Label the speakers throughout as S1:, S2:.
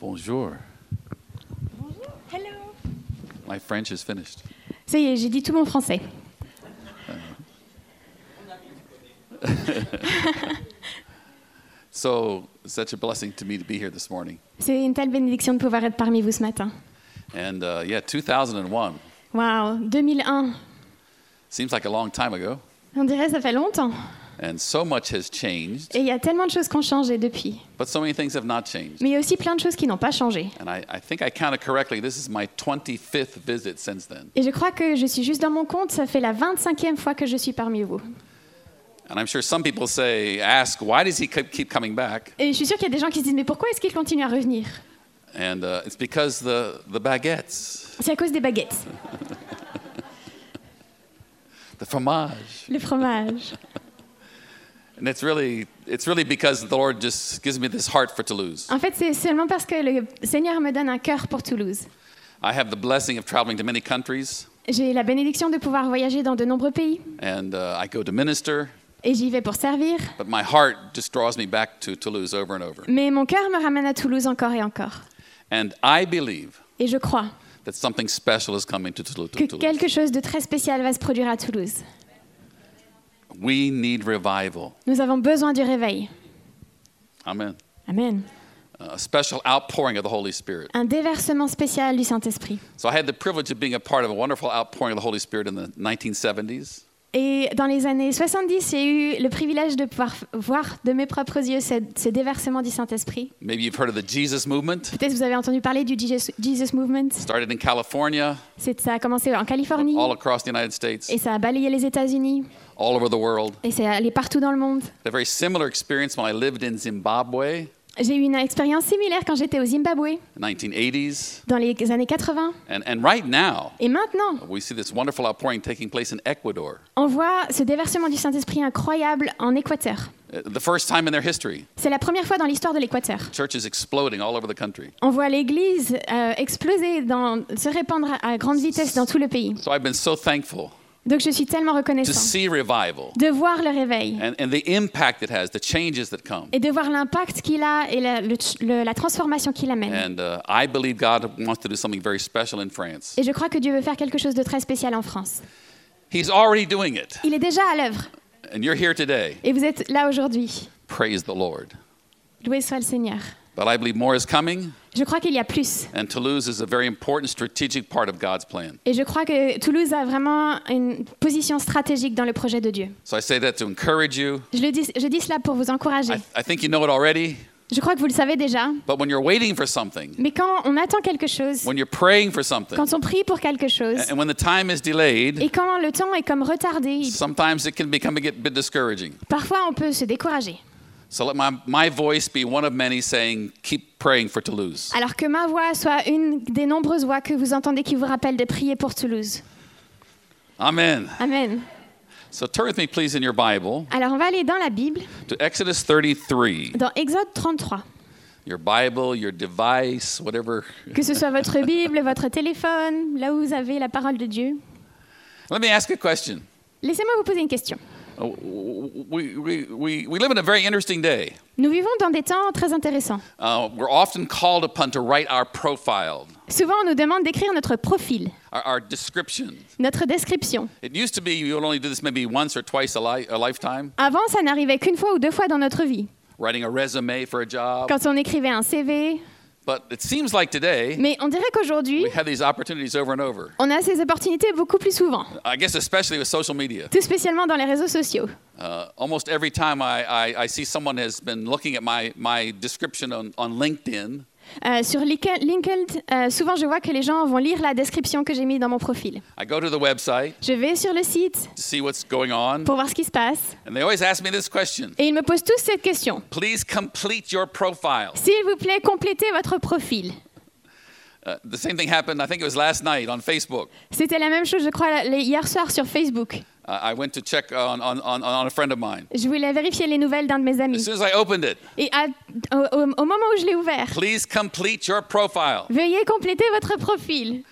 S1: Bonjour.
S2: Hello.
S1: My French is finished.
S2: Ça y est, j'ai dit tout mon français.
S1: So, such a blessing to me to be here this morning.
S2: C'est une telle bénédiction de pouvoir être parmi vous ce matin.
S1: And uh, yeah, 2001
S2: Waouh, 2001.
S1: seems like a long time ago.
S2: On dirait ça fait longtemps.
S1: And so much has changed,
S2: Et il y a tellement de choses qui ont changé depuis.
S1: but so many things have not changed.
S2: Mais il y a aussi plein de choses qui n'ont pas changé.
S1: And I, I think I counted correctly. This is my 25th visit since then.
S2: Et je crois que je suis juste dans mon compte, ça fait la 25e fois que je suis parmi vous.
S1: And I'm sure some people say, ask, why does he keep keep coming back?
S2: Et je suis sûre qu'il y a des gens qui se disent mais pourquoi est-ce qu'il continue à revenir
S1: And uh, it's because the, the baguettes,
S2: C'est à cause des baguettes,
S1: the fromage.
S2: le fromage.
S1: And it's really, it's really because the Lord just gives me this heart for Toulouse.
S2: En fait, c'est seulement parce que le Seigneur me donne un cœur pour Toulouse.
S1: I have the blessing of traveling to many countries,
S2: J'ai la bénédiction de pouvoir voyager dans de nombreux pays
S1: and uh, I go to minister,
S2: et j'y vais pour servir.
S1: but my heart just draws me back to Toulouse over and over.
S2: Mais mon cœur me ramène à Toulouse encore et encore.
S1: And I believe
S2: Et je crois
S1: that something special is coming to Toulou-
S2: que
S1: to Toulouse.
S2: quelque chose de très spécial va se produire à Toulouse.
S1: We need revival.
S2: Nous avons besoin du réveil.
S1: Amen.
S2: Amen.
S1: Uh, a special outpouring of the Holy Spirit.
S2: Un déversement spécial du Saint-Esprit.
S1: So I had the privilege of being a part of a wonderful outpouring of the Holy Spirit in the 1970s.
S2: Et dans les années 70, j'ai eu le privilège de pouvoir f- voir de mes propres yeux ce, ce déversement du Saint-Esprit.
S1: Maybe you've heard of the Jesus Movement.
S2: Peut-être vous avez entendu parler du Jesus, Jesus Movement.
S1: Started in California,
S2: C'est, ça a commencé en Californie
S1: all across the United States,
S2: et ça a balayé les États-Unis
S1: all over the world.
S2: et c'est allé partout dans le monde.
S1: A very similar experience when I lived in Zimbabwe
S2: J'ai eu une expérience similaire quand j'étais au Zimbabwe
S1: in the 1980s.
S2: dans les années 80.
S1: And, and right now,
S2: Et maintenant,
S1: we see this wonderful outpouring taking place in Ecuador,
S2: on voit ce déversement du Saint-Esprit incroyable en Équateur.
S1: Uh, the first time in their history.
S2: C'est la première fois dans l'histoire de l'Équateur.
S1: Church is exploding all over the country.
S2: On voit l'Église euh, exploser, dans- se répandre à- à grande vitesse dans tout le pays.
S1: So I've been so thankful
S2: Donc je suis tellement
S1: to
S2: reconnaissant
S1: see revival
S2: de voir le réveil
S1: and, and the impact it has, the changes that come.
S2: et de voir l'impact qu'il a et la, le ch- le- la transformation qu'il amène.
S1: And uh, I believe God wants to do something very special in France.
S2: Et je crois que Dieu veut faire quelque chose de très spécial en France.
S1: He's already doing it.
S2: Il est déjà à l'œuvre
S1: And you're here today.
S2: et vous êtes là aujourd'hui.
S1: Praise the Lord.
S2: Loué soit le Seigneur.
S1: But I believe more is coming,
S2: Je crois qu'il y a plus.
S1: and Toulouse is a very important strategic part of God's plan.
S2: Et je crois que Toulouse a vraiment une position stratégique dans le projet de Dieu.
S1: So I say that to encourage you.
S2: Je, le dis, je dis cela pour vous encourager.
S1: I, I think you know it already,
S2: Je crois que vous le savez déjà.
S1: but when you're waiting for something,
S2: Mais quand on attend quelque chose,
S1: when you're praying for something,
S2: quand on prie pour quelque chose,
S1: and when the time is delayed,
S2: et quand le temps est comme retardé, il-
S1: sometimes it can become a get- bit discouraging.
S2: parfois on peut se décourager.
S1: So let my, my voice be one of many saying, keep praying for Toulouse.
S2: Alors que ma voix soit une des nombreuses voix que vous entendez qui vous rappellent de prier pour Toulouse.
S1: Amen.
S2: Amen.
S1: So turn with me, please, in your Bible
S2: Alors on va aller dans la Bible,
S1: to Exodus 33.
S2: dans Exode 33.
S1: Your Bible, your device, whatever.
S2: Que ce soit votre Bible, votre téléphone, là où vous avez la parole de Dieu.
S1: Let me ask a question.
S2: Laissez-moi vous poser une question.
S1: Uh, We, we, we, we live in a very interesting day.
S2: Nous vivons dans des temps très intéressants.
S1: Uh, we're often called upon to write our profile,
S2: Souvent, on nous demande d'écrire notre profil,
S1: our, our description.
S2: notre description.
S1: It used to be you would only do this maybe once or twice a, li- a lifetime,
S2: Avant, ça n'arrivait qu'une fois ou deux fois dans notre vie,
S1: writing a resume for a job.
S2: quand on écrivait un CV.
S1: But it seems like today
S2: Mais on dirait qu'aujourd'hui,
S1: we have these opportunities over and over.
S2: on a ces opportunités beaucoup plus souvent,
S1: I guess especially with social media.
S2: tout spécialement dans les réseaux sociaux.
S1: Uh, almost every time I, I, I see someone has been looking at my, my description on, on LinkedIn,
S2: Euh, sur Linke- LinkedIn, euh, souvent je vois que les gens vont lire la description que j'ai mise dans mon profil.
S1: I go to the website
S2: Je vais sur le site
S1: to see what's going on,
S2: pour voir ce qui se passe
S1: and they always ask me this question
S2: et ils me posent tous cette question.
S1: Please complete your profile.
S2: S'il vous plaît, complétez votre profil.
S1: Uh, the same thing happened, I think it was last night on Facebook.
S2: C'était la même chose, je crois, la- hier soir sur Facebook.
S1: Uh, I went to check on, on, on, on a friend of mine.
S2: Je voulais vérifier les nouvelles d'un de mes
S1: As
S2: amis.
S1: soon as I opened it,
S2: Et à- au, au- au moment où je l'ai ouvert,
S1: please complete your profile.
S2: veuillez compléter votre profil.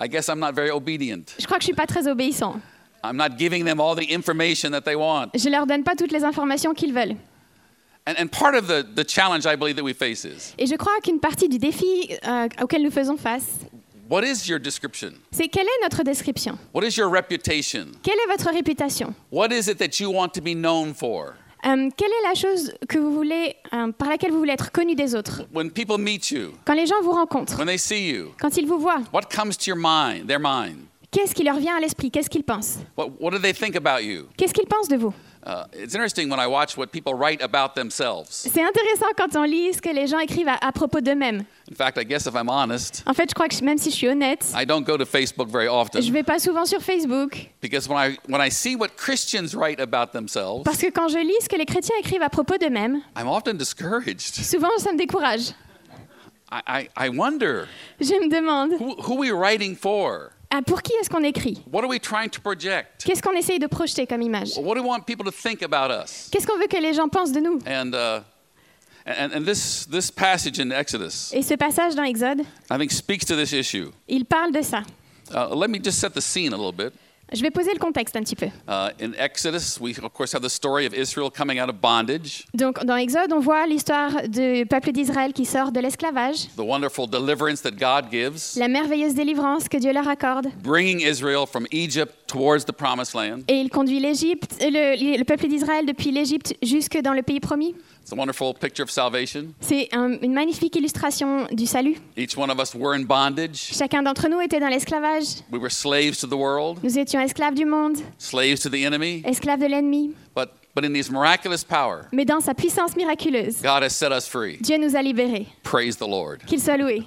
S1: I guess I'm not very obedient.
S2: Je crois que je suis pas très obéissant.
S1: I'm not giving them all the information that they want.
S2: Je leur donne pas toutes les informations qu'ils veulent.
S1: And, and part of the, the challenge I believe that we face is
S2: Et je crois qu'une partie du défi euh, auquel nous faisons face,
S1: what is your description?
S2: c'est quelle est notre description
S1: What is your reputation?
S2: Quelle est votre réputation
S1: What is it that you want to be known for?
S2: Euh, Quelle est la chose que vous voulez, euh, par laquelle vous voulez être connu des autres
S1: When people meet you,
S2: Quand les gens vous rencontrent,
S1: when they see you,
S2: quand ils vous voient,
S1: what comes to your mind, their mind?
S2: qu'est-ce qui leur vient à l'esprit Qu'est-ce qu'ils pensent
S1: What, what do they think about you?
S2: Qu'est-ce qu'ils pensent de vous
S1: Uh, it's interesting when I watch what people write about themselves.
S2: C'est intéressant quand on lit ce que les gens écrivent à, à propos d'eux-mêmes.
S1: In fact, I guess if I'm honest,
S2: En fait, je crois que je- même si je suis honnête,
S1: I don't go to Facebook very
S2: je
S1: often
S2: vais pas souvent sur Facebook
S1: because when I, when I see what Christians write about themselves,
S2: parce que quand je lis ce que les chrétiens écrivent à propos d'eux-mêmes,
S1: I'm often discouraged.
S2: souvent ça me décourage.
S1: I, I, I wonder
S2: Je me demande
S1: who, who we writing for?
S2: ah, pour qui est-ce qu'on écrit
S1: What are we trying to project?
S2: Qu'est-ce qu'on essaye de projeter comme image
S1: What do we want people to think about us?
S2: Qu'est-ce qu'on veut que les gens pensent de nous
S1: And, uh, and, and this, this passage in Exodus,
S2: Et ce passage dans Exode,
S1: I think, speaks to this issue.
S2: il parle de ça.
S1: Uh, let me just set the scene a little bit.
S2: Je vais poser le contexte un petit peu.
S1: Uh, in Exodus, we, of course, have the story of Israel coming out of bondage,
S2: Donc dans Exode, on voit l'histoire du peuple d'Israël qui sort de l'esclavage,
S1: the wonderful deliverance that God gives,
S2: la merveilleuse délivrance que Dieu leur accorde,
S1: bringing Israel from Egypt towards the promised land.
S2: et il conduit l'Égypte, euh, le, le peuple d'Israël depuis l'Égypte jusque dans le pays promis.
S1: It's a wonderful picture of salvation.
S2: C'est un- une magnifique illustration du salut.
S1: Each one of us were in bondage.
S2: Chacun d'entre nous était dans l'esclavage.
S1: We were slaves to the world,
S2: Nous étions esclaves du monde,
S1: slaves to the enemy.
S2: esclaves de l'ennemi.
S1: But, but in His miraculous power,
S2: Mais dans sa puissance miraculeuse,
S1: God has set us free.
S2: Dieu nous a libérés.
S1: Praise the Lord.
S2: Qu'il soit loué.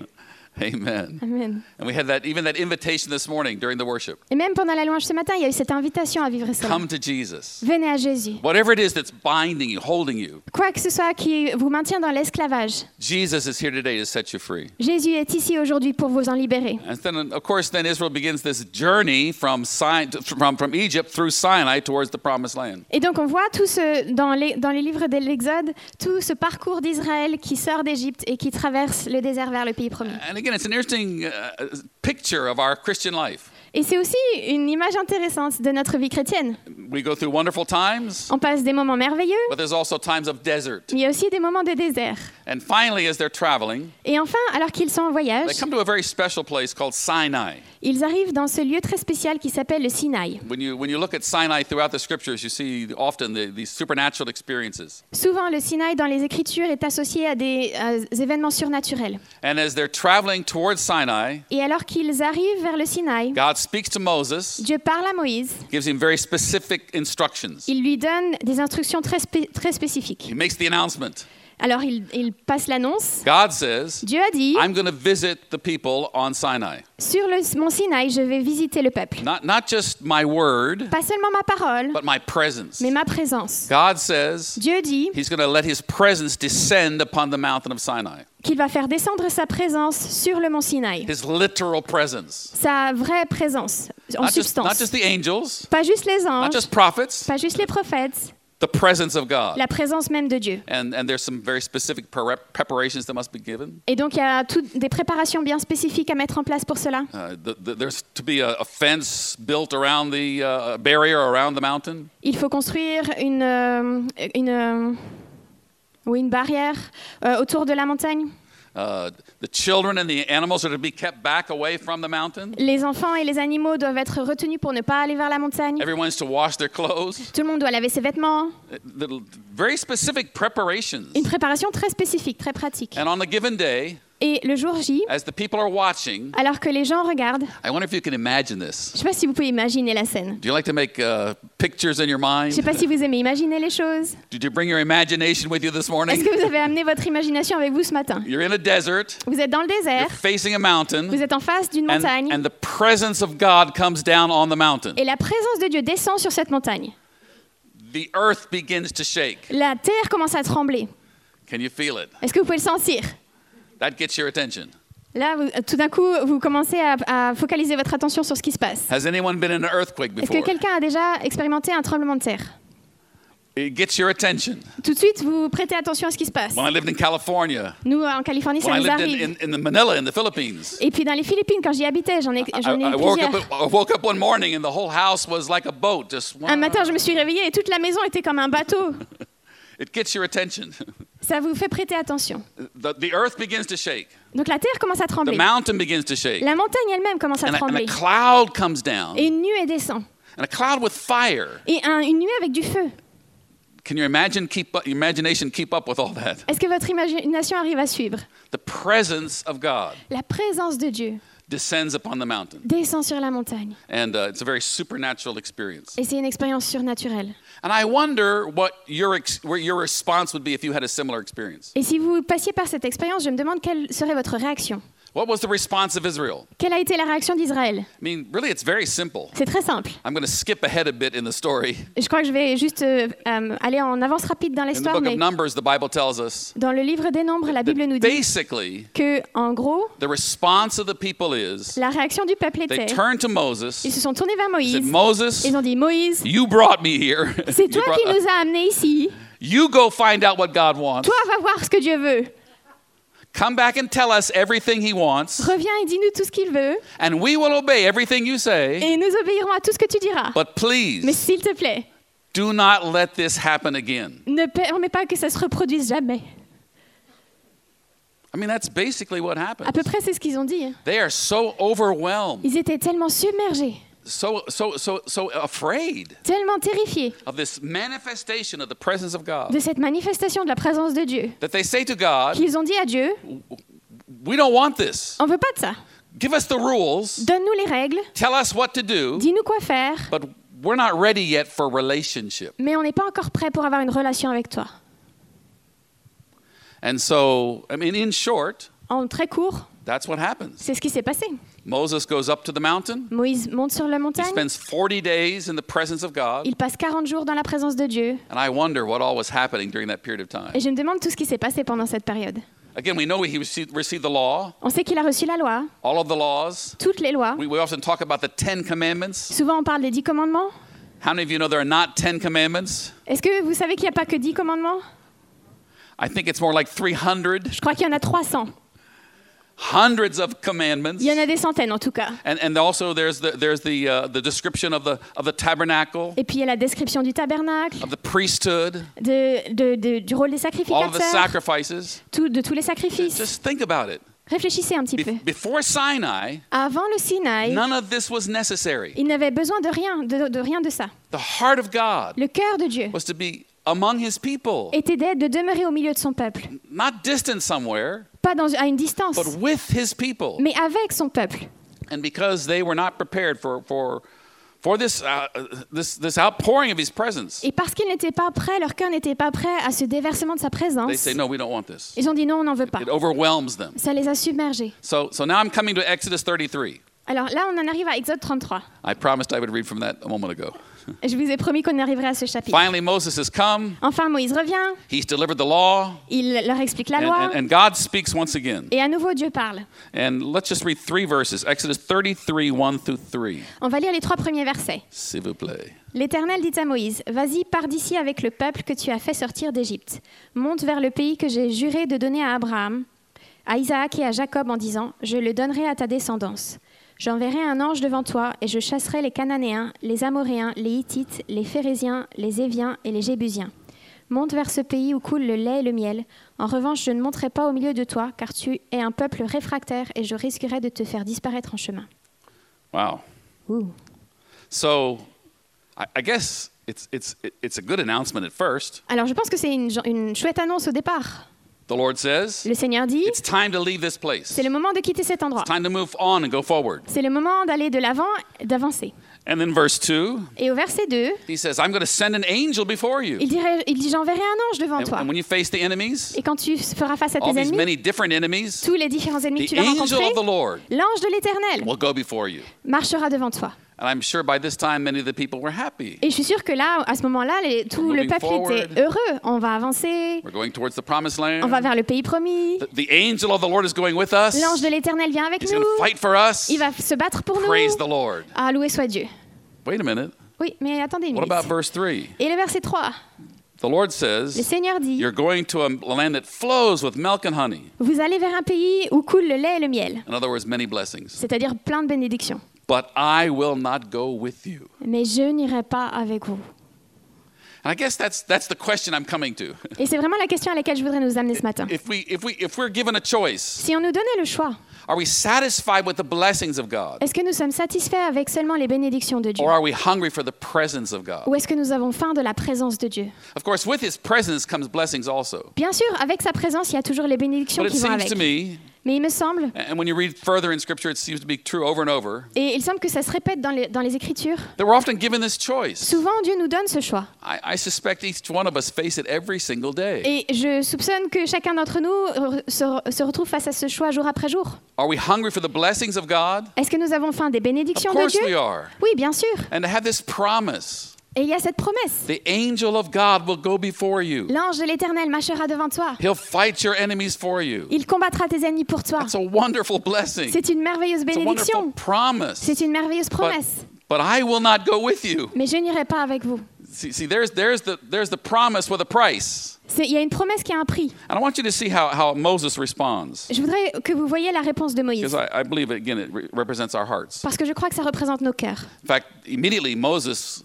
S1: Amen.
S2: Amen.
S1: And we had that even that invitation this morning during the worship.
S2: Et même pendant la louange ce matin, il y a eu cette invitation à vivre cela.
S1: Come to Jesus.
S2: Venez à Jésus.
S1: Whatever it is that's binding you, holding you,
S2: Quoi que ce soit qui vous maintient dans l'esclavage,
S1: Jesus is here today to set you free.
S2: Jésus est ici aujourd'hui pour vous en libérer.
S1: And then, of course, then Israel begins this journey from, Sin- from, from Egypt through Sinai towards the promised land.
S2: Et donc on voit tout ce, dans, les, dans les livres de l'Exode tout ce parcours d'Israël qui sort d'Égypte et qui traverse le désert vers le pays promis.
S1: And again, it's an interesting uh, picture of our Christian life.
S2: Et c'est aussi une image intéressante de notre vie chrétienne.
S1: We go through wonderful times,
S2: On passe des moments merveilleux,
S1: but there's also times of desert.
S2: mais il y a aussi des moments de désert.
S1: And finally, as they're traveling,
S2: Et enfin, alors qu'ils sont en
S1: they
S2: voyage,
S1: come to a very special place called Sinai.
S2: ils arrivent dans ce lieu très spécial qui s'appelle le Sinaï.
S1: When you, when you look at Sinai throughout the scriptures, you see often the, these supernatural experiences.
S2: Souvent, le Sinaï dans les Écritures est associé à des euh, événements surnaturels.
S1: And as they're traveling towards Sinai,
S2: Et alors qu'ils arrivent vers le Sinaï,
S1: God speaks to Moses,
S2: Dieu parle à Moïse.
S1: gives him very specific instructions.
S2: Il lui donne des instructions très, spé- très spécifiques.
S1: He makes the announcement.
S2: Alors, il, il passe l'annonce.
S1: God says,
S2: Dieu a dit,
S1: I'm going to visit the people on Sinai.
S2: sur le mont Sinaï, je vais visiter le peuple.
S1: Not, not just my word,
S2: Pas seulement ma parole,
S1: but my presence.
S2: mais ma présence.
S1: God says
S2: Dieu dit
S1: he's going to let his presence descend upon the mountain of Sinai.
S2: qu'il va faire descendre sa présence sur le mont Sinaï.
S1: His literal presence.
S2: Sa vraie présence, en
S1: Not just, not
S2: substance.
S1: just the angels,
S2: Pas juste les
S1: not
S2: anges,
S1: just prophets,
S2: pas juste les prophètes,
S1: the presence of God.
S2: la présence même de Dieu.
S1: And, and there's some very specific pre- preparations that must be given.
S2: Et donc, il y a tout- des préparations bien spécifiques à mettre en place pour cela.
S1: Uh, th- th- there's to be a, a fence built around the uh, barrier around the mountain.
S2: Il faut construire une, euh, une, euh, oui, une barrière euh, autour de la montagne.
S1: Uh, the children and the animals are to be kept back away from the mountain.
S2: Les enfants et les animaux doivent être retenus pour ne pas aller vers la montagne.
S1: Everyone's to wash their clothes.
S2: Tout le monde doit laver ses vêtements.
S1: Uh, the- Very specific preparations.
S2: Une préparation très spécifique, très pratique.
S1: And on a given day,
S2: Et le jour J,
S1: as the people are watching,
S2: alors que les gens regardent,
S1: I wonder if you can imagine
S2: je
S1: this.
S2: ne sais pas si vous pouvez imaginer la scène.
S1: Do you like to make uh, pictures in your
S2: Je ne sais
S1: mind?
S2: pas si vous aimez imaginer les choses.
S1: Did you bring your imagination with you this
S2: Est-ce
S1: morning?
S2: que vous avez amené votre imagination avec vous ce matin
S1: You're in a desert,
S2: Vous êtes dans le
S1: you're
S2: désert,
S1: facing a
S2: vous
S1: mountain,
S2: êtes en face d'une
S1: and,
S2: montagne,
S1: and the presence of God comes down on the mountain.
S2: et la présence de Dieu descend sur cette montagne.
S1: The earth begins to shake.
S2: La terre commence à trembler.
S1: Can you feel it?
S2: Est-ce que vous pouvez le sentir
S1: That gets your attention.
S2: Là, vous- euh, tout d'un coup, vous commencez à, à focaliser votre attention sur ce qui se passe.
S1: Has anyone been in an earthquake
S2: Est-ce
S1: before?
S2: que quelqu'un a déjà expérimenté un tremblement de terre
S1: It gets your attention.
S2: Tout de suite, vous prêtez attention à ce qui se passe.
S1: When I lived in California,
S2: Nous, en Californie,
S1: when I
S2: ça nous
S1: lived in,
S2: arrive.
S1: in, in the Manila in the Philippines,
S2: Et puis dans les Philippines, quand j'y habitais, j'en ai,
S1: I,
S2: j'en ai
S1: I
S2: eu
S1: woke
S2: plusieurs.
S1: up, I woke up one morning and the whole house was like a boat, just
S2: Un matin, je me suis réveillée et toute la maison était comme un bateau.
S1: it gets your attention.
S2: Ça vous fait prêter attention.
S1: the, the earth begins to shake,
S2: Donc la terre commence à
S1: the
S2: trembler.
S1: mountain begins to shake,
S2: La montagne elle-même commence à
S1: and a, and a
S2: trembler.
S1: cloud comes down,
S2: Et une nuée descend.
S1: and a cloud with fire.
S2: Et un- une nuée avec du feu.
S1: Can your imagine keep up, your imagination keep up with all that?
S2: Est-ce que votre imagination arrive à suivre
S1: The presence of God
S2: La présence de Dieu
S1: descends upon the mountain,
S2: descend sur la montagne.
S1: and uh, it's a very supernatural experience.
S2: Et c'est une expérience surnaturelle.
S1: And I wonder what your ex- where your response would be if you had a similar experience.
S2: Et si vous passiez par cette expérience, je me demande quelle serait votre réaction.
S1: What was the response of Israel?
S2: Quelle a été la réaction
S1: I
S2: d'Israël
S1: mean, really, it's very simple.
S2: C'est très simple.
S1: I'm going to skip ahead a bit in the story.
S2: Je crois que je vais juste euh, euh, aller en avance rapide dans
S1: In the
S2: l'histoire,
S1: book
S2: mais
S1: of Numbers, the Bible tells us
S2: dans le livre des Nombres, la Bible nous
S1: that
S2: dit
S1: basically
S2: que, en gros,
S1: the response of the people is
S2: la réaction du peuple
S1: they
S2: était
S1: turn to
S2: ils
S1: Moses.
S2: se sont tournés vers
S1: Said,
S2: Moïse.
S1: Moses,
S2: Ils ont dit Moïse,
S1: you brought me here.
S2: c'est
S1: You
S2: toi
S1: brought-
S2: qui nous as amenés ici.
S1: you go find out what God wants.
S2: Toi, va voir ce que Dieu veut.
S1: Come back and tell us everything He wants,
S2: Reviens et dis-nous tout ce qu'il veut,
S1: and we will obey everything you say.
S2: et nous obéirons à tout ce que tu diras.
S1: But
S2: Mais
S1: please,
S2: s'il te plaît,
S1: do not let this happen again.
S2: ne permets pas que ça se reproduise jamais.
S1: I mean, that's basically what happens.
S2: À peu près, c'est ce qu'ils ont dit. hein.
S1: They are so overwhelmed,
S2: Ils étaient tellement submergés,
S1: so so so so afraid
S2: tellement terrifiés
S1: of this manifestation of the presence of God
S2: de cette manifestation de la présence de Dieu
S1: that they say to God,
S2: qu'ils ont dit à Dieu
S1: "We don't want this.
S2: On veut pas de ça.
S1: Give us the rules.
S2: Donne-nous les règles,
S1: Tell us what to do,
S2: dis-nous quoi faire,
S1: but we're not ready yet for relationship."
S2: mais on n'est pas encore prêt pour avoir une relation avec toi.
S1: And so, I mean, in short,
S2: En très court,
S1: that's what happens.
S2: c'est ce qui s'est passé.
S1: Moses goes up to the mountain.
S2: Moïse monte sur la
S1: He
S2: montagne,
S1: spends 40 days in the presence of God,
S2: il passe 40 jours dans la présence de Dieu,
S1: and I wonder what all was happening during that period of
S2: et
S1: time.
S2: je me demande tout ce qui s'est passé pendant cette période.
S1: Again, we know he received, received the law,
S2: On sait qu'il a reçu la loi,
S1: all of the laws.
S2: toutes les lois.
S1: We, we often talk about the Ten Commandments.
S2: Souvent, on parle des dix commandements.
S1: How many of you know there are not Ten Commandments?
S2: Est-ce que vous savez qu'il n'y a pas que dix commandements
S1: I think it's more like 300,
S2: Je crois qu'il y en a 300.
S1: hundreds of commandments.
S2: Il y en a des centaines, en tout cas.
S1: And, and also there's the, there's the, uh, the description of the, of the tabernacle,
S2: Et puis, il y a la description du tabernacle,
S1: of the priesthood,
S2: de, de- de- du rôle des
S1: all of the
S2: sacrificateurs,
S1: sacrifices.
S2: tout- de tous les sacrifices.
S1: Just think about it.
S2: Réfléchissez un petit
S1: Be-
S2: peu.
S1: before Sinai,
S2: Avant le Sinaï,
S1: none of this was necessary.
S2: il n'avait besoin de rien, de, de rien de ça.
S1: The heart of God
S2: Le cœur de Dieu
S1: was to be among his people,
S2: était d'être- de demeurer au milieu de son peuple,
S1: not distant somewhere,
S2: pas dans, à une distance,
S1: but with his people.
S2: mais avec son peuple.
S1: And because they were not prepared for, for, for this, uh, this, this outpouring of his presence,
S2: Et parce qu'ils n'étaient pas prêts, leur cœur n'était pas prêt à ce déversement de sa
S1: they
S2: présence,
S1: say, No, we don't want this.
S2: ils ont dit non, on n'en veut pas.
S1: It overwhelms them.
S2: Ça les a submergés.
S1: So, so now I'm coming to Exodus 33.
S2: Alors là, on en arrive à Exode 33.
S1: I promised I would read from that a moment ago.
S2: Je vous ai promis qu'on arriverait à ce chapitre.
S1: Finally, Moses has come.
S2: Enfin, Moïse revient,
S1: He's delivered the law.
S2: il leur explique la
S1: And,
S2: loi,
S1: and, and God speaks once again.
S2: et à nouveau Dieu parle.
S1: And let's just read three verses Exodus 33, 1 through 3.
S2: On va lire les trois premiers versets.
S1: S'il vous plaît.
S2: L'Éternel dit à Moïse, Vas-y, pars d'ici avec le peuple que tu as fait sortir d'Égypte. Monte vers le pays que j'ai juré de donner à Abraham, à Isaac et à Jacob en disant, Je le donnerai à ta descendance. J'enverrai un ange devant toi et je chasserai les Cananéens, les Amoréens, les Hittites, les Phérésiens, les Éviens et les Jébusiens. Monte vers ce pays où coule le lait et le miel. En revanche, je ne monterai pas au milieu de toi, car tu es un peuple réfractaire et je risquerai de te faire disparaître en chemin.
S1: Wow. So I, I guess it's, it's, it's a good announcement at first.
S2: Alors je pense que c'est une- une chouette annonce au départ.
S1: The Lord says,
S2: Le Seigneur dit,
S1: It's time to leave this place.
S2: C'est le
S1: It's
S2: moment de quitter cet endroit.
S1: time to move on and go forward.
S2: C'est le moment d'aller de l'avant, d'avancer.
S1: And then verse 2,
S2: Et au verset 2,
S1: he says, I'm going to send an angel before you.
S2: il, dirait, il dit J'enverrai un ange devant
S1: And,
S2: toi.
S1: and when you face the enemies,
S2: Et quand tu feras face à
S1: all
S2: tes
S1: these
S2: ennemis,
S1: many different enemies,
S2: tous les différents ennemis que
S1: the
S2: tu vas
S1: angel
S2: rencontrer,
S1: of the Lord
S2: l'ange de l'Éternel
S1: will go before you.
S2: marchera devant toi.
S1: And I'm sure by this time, many of the people were happy.
S2: Et je suis sûre que là, à ce moment-là, les- tout le
S1: moving
S2: peuple
S1: forward.
S2: était heureux. On va avancer,
S1: We're going towards the promised
S2: on va
S1: land.
S2: vers le pays promis.
S1: The, the angel of the Lord is going with us.
S2: L'ange de l'Éternel vient avec
S1: He's
S2: nous.
S1: going to fight for us.
S2: Il va se battre pour nous.
S1: Praise the Lord.
S2: Ah, loué soit Dieu.
S1: Wait a minute.
S2: Oui, mais attendez une
S1: What
S2: minute.
S1: about verse 3?
S2: Et le verset 3,
S1: The Lord
S2: le
S1: says,
S2: Seigneur dit
S1: You're going to a land that flows with milk and honey.
S2: Vous allez vers un pays où coule le lait et le miel.
S1: In other words, many blessings.
S2: c'est-à-dire plein de bénédictions.
S1: But I will not go with you.
S2: Mais je n'irai pas avec vous.
S1: And I guess that's, that's the question I'm coming to.
S2: Et c'est vraiment la question à laquelle je voudrais nous amener ce matin.
S1: If, we, if, we, if we're given a choice,
S2: Si on nous donnait le choix,
S1: are we satisfied with the blessings of God?
S2: est-ce que nous sommes satisfaits avec seulement les bénédictions de Dieu
S1: Or are we hungry for the presence of God?
S2: Ou est-ce que nous avons faim de la présence de Dieu
S1: Of course, with His presence comes blessings also.
S2: Bien sûr, avec sa présence, il y a toujours les bénédictions
S1: But it
S2: qui vont
S1: seems
S2: avec.
S1: to me,
S2: Mais il me semble,
S1: and when you read further in Scripture, it seems to be true over and over,
S2: et il semble que ça se répète dans les, dans les Écritures,
S1: that we're often given this choice.
S2: souvent Dieu nous donne ce choix.
S1: I, I suspect each one of us face it every single day.
S2: Et je soupçonne que chacun d'entre nous euh, se, re- se retrouve face à ce choix jour après jour.
S1: Are we hungry for the blessings of God?
S2: Est-ce que nous avons faim des
S1: Of
S2: bénédictions de
S1: course we
S2: Dieu
S1: are.
S2: Oui, bien sûr.
S1: And to have this promise
S2: Et il y a cette promesse.
S1: the angel of God will go before you,
S2: L'ange de l'Éternel marchera devant toi.
S1: he'll fight your enemies for you.
S2: Il combattra tes ennemis pour toi.
S1: That's a wonderful blessing.
S2: C'est une merveilleuse
S1: It's a wonderful
S2: bénédiction.
S1: promise.
S2: C'est une merveilleuse
S1: But,
S2: promesse.
S1: but I will not go with you.
S2: Mais je n'irai pas avec vous.
S1: See, see there's, there's, the, there's the promise with a price.
S2: C'est- Il y a une promesse qui a un prix.
S1: And I want you to see how, how Moses responds.
S2: Je voudrais que vous voyez la réponse de
S1: Because
S2: Moïse.
S1: I, I believe, again, it re- represents our hearts.
S2: Parce que je crois que ça représente nos cœurs.
S1: In fact, immediately Moses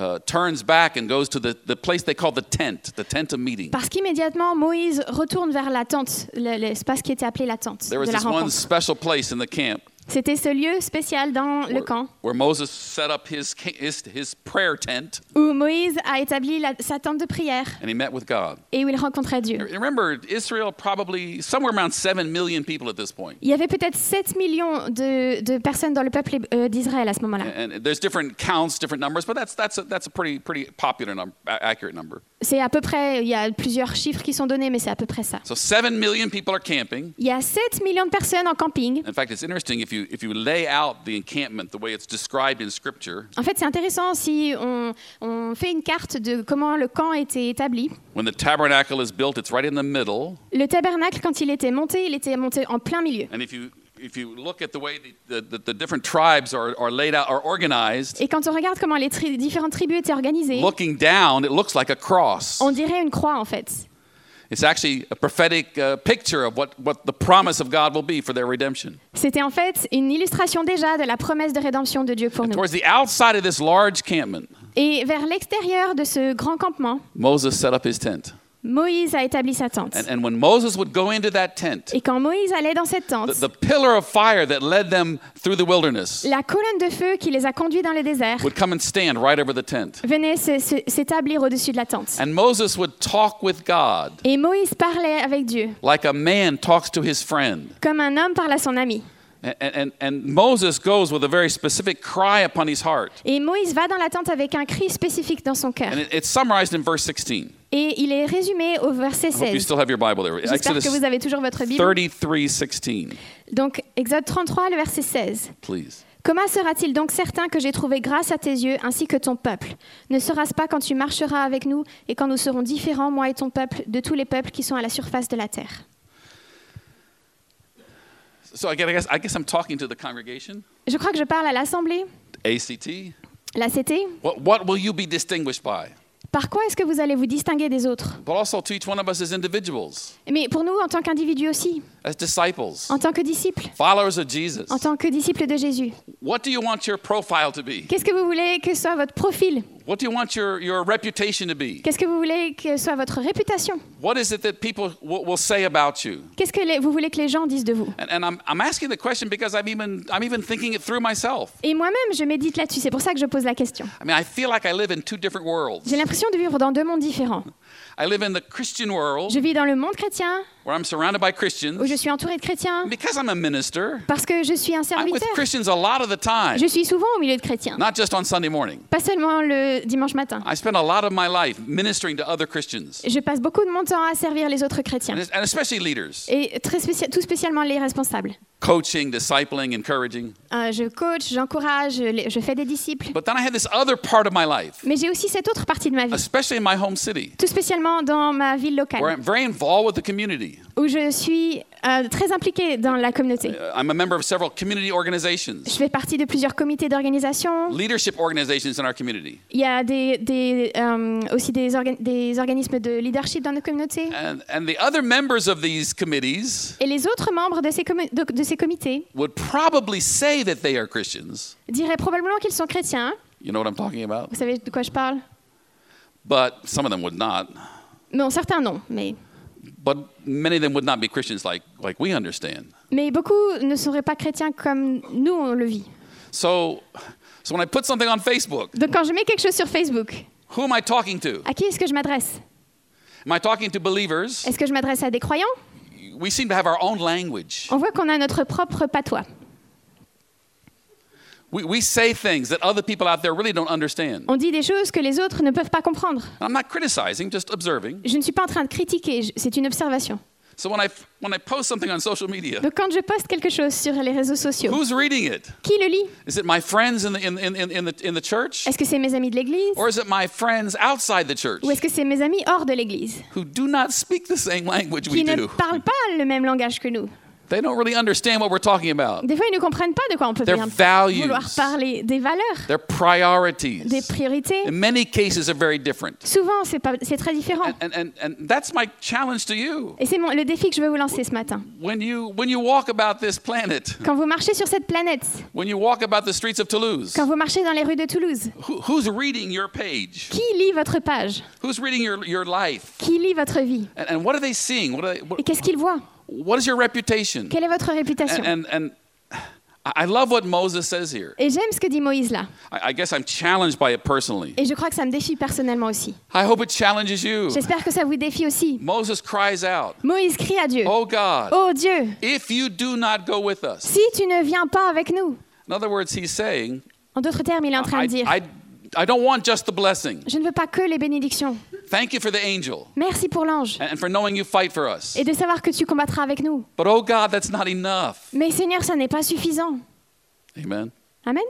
S1: uh, turns back and goes to the, the place they call the tent, the tent of meeting.
S2: Parce qu'immédiatement, Moïse retourne vers la tente, le- l'espace qui était appelé la tente
S1: There was
S2: de la
S1: this one
S2: rencontre.
S1: special place in the camp
S2: C'était ce lieu spécial dans le
S1: where,
S2: camp
S1: where Moses set up his, ca- his, his prayer tent
S2: où Moïse a établi la- sa tente de prière
S1: and he met with God.
S2: et où il rencontrait Dieu.
S1: Remember, Israel probably somewhere around 7 million people at this point.
S2: Il y avait peut-être 7 millions de, de personnes dans le peuple euh, d'Israël à ce moment-là.
S1: And and there's different counts, different numbers, but that's, that's, a, that's a pretty, pretty popular, num- a- accurate number.
S2: C'est à peu près, il y a plusieurs chiffres qui sont donnés, mais c'est à peu près ça.
S1: So 7 million people are camping.
S2: Il y a 7 millions de personnes en camping.
S1: In fact, it's interesting if you, if you lay out the encampment the way it's described in Scripture.
S2: En fait, c'est intéressant si on, on fait une carte de comment le camp était établi.
S1: When the tabernacle is built, it's right in the middle.
S2: Le tabernacle, quand il était monté, il était monté en plein milieu.
S1: And if you, if you look at the way the, the, the different tribes are, are laid out, are organized,
S2: Et quand on regarde comment les tri- différentes tribus étaient organisées,
S1: looking down, it looks like a cross.
S2: on dirait une croix en fait.
S1: It's actually a prophetic uh, picture of what, what the promise of God will be for their redemption.
S2: C'était en fait une illustration déjà de la promesse de rédemption de Dieu pour nous.
S1: Towards the outside of this large campment,
S2: Et vers l'extérieur de ce grand campement,
S1: Moses set up his tent.
S2: Moïse a établi sa tente.
S1: And, and when Moses would go into that tent,
S2: Et quand Moïse allait dans cette tente,
S1: the, the pillar of fire that led them through the wilderness
S2: la colonne de feu qui les a conduits dans le désert
S1: would come and stand right over the tent.
S2: venait se- se- s'établir au-dessus de la tente.
S1: And Moses would talk with God
S2: Et Moïse parlait avec Dieu,
S1: like a man talks to his friend.
S2: comme un homme parle à son ami.
S1: And, and, and Moses goes with a very specific cry upon his heart.
S2: Et Moïse va dans la tente avec un cri spécifique dans son cœur.
S1: And it, it's summarized in verse 16.
S2: Et il est résumé au verset
S1: I hope you
S2: 16.
S1: still have your Bible there.
S2: J'espère
S1: Exodus
S2: que vous avez toujours votre Bible.
S1: 33 16,
S2: Donc, Exode 33, le verset 16.
S1: please.
S2: Comment sera-t-il donc certain que j'ai trouvé grâce à tes yeux ainsi que ton peuple Ne sera-ce pas quand tu marcheras avec nous et quand nous serons différents, moi et ton peuple, de tous les peuples qui sont à la surface de la terre
S1: So again, I guess, I guess I'm talking to the congregation,
S2: Je crois que je parle à l'Assemblée,
S1: ACT.
S2: la CT.
S1: What, what will you be distinguished by?
S2: Par quoi est-ce que vous allez vous distinguer des autres
S1: But also to each one of us as individuals,
S2: Mais pour nous, en tant qu'individus aussi,
S1: as disciples,
S2: en tant que disciples,
S1: followers of Jesus.
S2: en tant que disciples de Jésus.
S1: What do you want your profile to be?
S2: Qu'est-ce que vous voulez que soit votre profil
S1: What do you want your, your reputation to be?
S2: Qu'est-ce que vous voulez que soit votre réputation
S1: What is it that people w- will say about you?
S2: Qu'est-ce que les- vous voulez que les gens disent de vous
S1: And, and I'm, I'm asking the question because I'm even, I'm even thinking it through myself.
S2: Et moi-même, je médite là-dessus. C'est pour ça que je pose la question.
S1: I mean, I feel like I live in two different worlds.
S2: J'ai l'impression de vivre dans deux mondes différents.
S1: I live in the Christian world
S2: Je vis dans le monde chrétien,
S1: where I'm surrounded by
S2: où
S1: Christians.
S2: je suis entourée de chrétiens,
S1: And because I'm a minister,
S2: parce que je suis un
S1: I'm with
S2: serviteur.
S1: Christians a lot of the time,
S2: Je suis souvent au milieu de chrétiens,
S1: not just on Sunday morning.
S2: pas seulement le dimanche matin.
S1: I spend a lot of my life ministering to other Christians,
S2: Je passe beaucoup de mon temps à servir les autres chrétiens,
S1: and, es- and especially leaders,
S2: et très spécia- tout spécialement les responsables.
S1: coaching, discipling, encouraging.
S2: Euh, je coach, j'encourage, je, les- je fais des disciples.
S1: But then I have this other part of my life,
S2: Mais j'ai aussi cette autre partie de ma vie,
S1: especially in my home city,
S2: tout spécialement dans ma ville
S1: where
S2: locale,
S1: I'm very involved with the community.
S2: où je suis euh, très impliquée dans la communauté.
S1: Uh, I'm a member of several community
S2: Je
S1: organizations,
S2: fais partie de plusieurs comités d'organisation.
S1: leadership organizations in our community.
S2: Il y a des, des, euh, aussi des, orga- des organismes de leadership dans nos communautés.
S1: And, and the other members of these committees
S2: Et les autres membres de ces, comi- de, de ces comités
S1: would probably say that they are Christians.
S2: diraient probablement qu'ils sont chrétiens.
S1: You know what I'm talking about?
S2: Vous savez de quoi je parle
S1: But some of them would not.
S2: Bon, certains non, mais,
S1: But many of them would not be Christians like, like we understand.
S2: mais beaucoup ne seraient pas chrétiens comme nous, on le vit.
S1: So, so when I put something on Facebook,
S2: Donc quand je mets quelque chose sur Facebook,
S1: who am I talking to?
S2: à qui est-ce que je m'adresse
S1: Am I talking to believers?
S2: Est-ce que je m'adresse à des croyants
S1: We seem to have our own language.
S2: On voit qu'on a notre propre patois.
S1: We, we say things that other people out there really don't understand.
S2: On dit des choses que les autres ne peuvent pas comprendre.
S1: I'm not criticizing, just observing.
S2: Je ne suis pas en train de critiquer, je- c'est une observation.
S1: So when I, when I post something on social media,
S2: Donc quand je poste quelque chose sur les réseaux sociaux,
S1: who's reading it?
S2: qui le lit
S1: Is it my friends in the, in, in, in, in the, in the church?
S2: Est-ce que c'est mes amis de l'église
S1: Or is it my friends outside the church
S2: Ou est-ce que c'est mes amis hors de l'église
S1: who do not speak the same language we
S2: qui ne
S1: do?
S2: parlent pas le même langage que nous
S1: They don't really understand what we're talking about.
S2: Des fois, ils ne comprennent pas de quoi on peut
S1: Their
S2: bien
S1: values.
S2: vouloir parler, des valeurs,
S1: Their priorities,
S2: des priorités.
S1: in many cases, are very different.
S2: Souvent, c'est pas- c'est très différent.
S1: And, and, and, and that's my challenge to you.
S2: Et c'est mon- le défi que je veux vous lancer ce matin.
S1: When you, when you walk about this planet,
S2: Quand vous marchez sur cette planète,
S1: when you walk about the streets of Toulouse,
S2: quand vous marchez dans les rues de Toulouse,
S1: who, who's reading your page?
S2: qui lit votre page
S1: Who's reading your, your life?
S2: Qui lit votre vie
S1: And, and what are they seeing? What, are they,
S2: Et
S1: what,
S2: qu'est-ce qu'ils voient
S1: what is your reputation?
S2: Quelle est votre réputation
S1: And, and, and I I love what Moses says here.
S2: Et j'aime ce que dit Moïse là.
S1: I, I guess I'm challenged by it personally.
S2: Et je crois que ça me défie personnellement aussi.
S1: I hope it challenges you.
S2: J'espère que ça vous défie aussi.
S1: Moses cries out,
S2: Moïse crie à Dieu.
S1: Oh God,
S2: Oh Dieu,
S1: if you do not go with us.
S2: si tu ne viens pas avec nous.
S1: In other words, he's saying,
S2: En d'autres termes, il est en train
S1: I,
S2: de dire,
S1: I, I don't want just the blessing.
S2: je ne veux pas que les bénédictions.
S1: Thank you for the angel
S2: Merci pour l'ange
S1: and and for knowing you fight for us.
S2: et de savoir que tu combattras avec nous.
S1: But oh God, that's not enough.
S2: Mais Seigneur, ça n'est pas suffisant.
S1: Amen.
S2: Amen.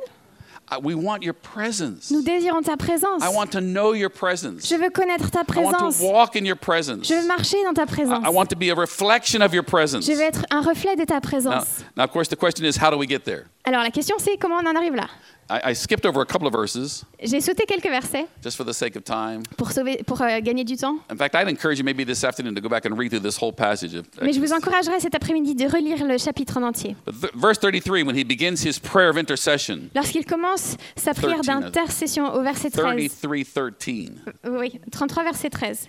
S1: I- we want your presence.
S2: Nous désirons ta présence.
S1: I want to know your presence.
S2: Je veux connaître ta
S1: I want
S2: présence.
S1: to walk in your presence.
S2: Je veux
S1: I,
S2: marcher dans ta présence.
S1: I want to be a reflection of your presence.
S2: Je veux être un reflet de ta
S1: Now,
S2: présence.
S1: now, of course, the question is how do we get there?
S2: Alors la question c'est comment on en arrive là
S1: I, I skipped over a couple of verses
S2: J'ai sauté quelques versets
S1: just for the sake of time.
S2: pour, sauver, pour euh, gagner du temps.
S1: In fact, I'd encourage you maybe this afternoon to go back and read through this whole passage of
S2: Mais je vous
S1: Exodus.
S2: encouragerai cet après-midi de relire le chapitre en entier.
S1: But th- verse 33, when he begins his prayer of intercession,
S2: Lorsqu'il commence sa prière
S1: 13,
S2: d'intercession au verset 13,
S1: 33 13,
S2: euh, oui, 33 verset 13.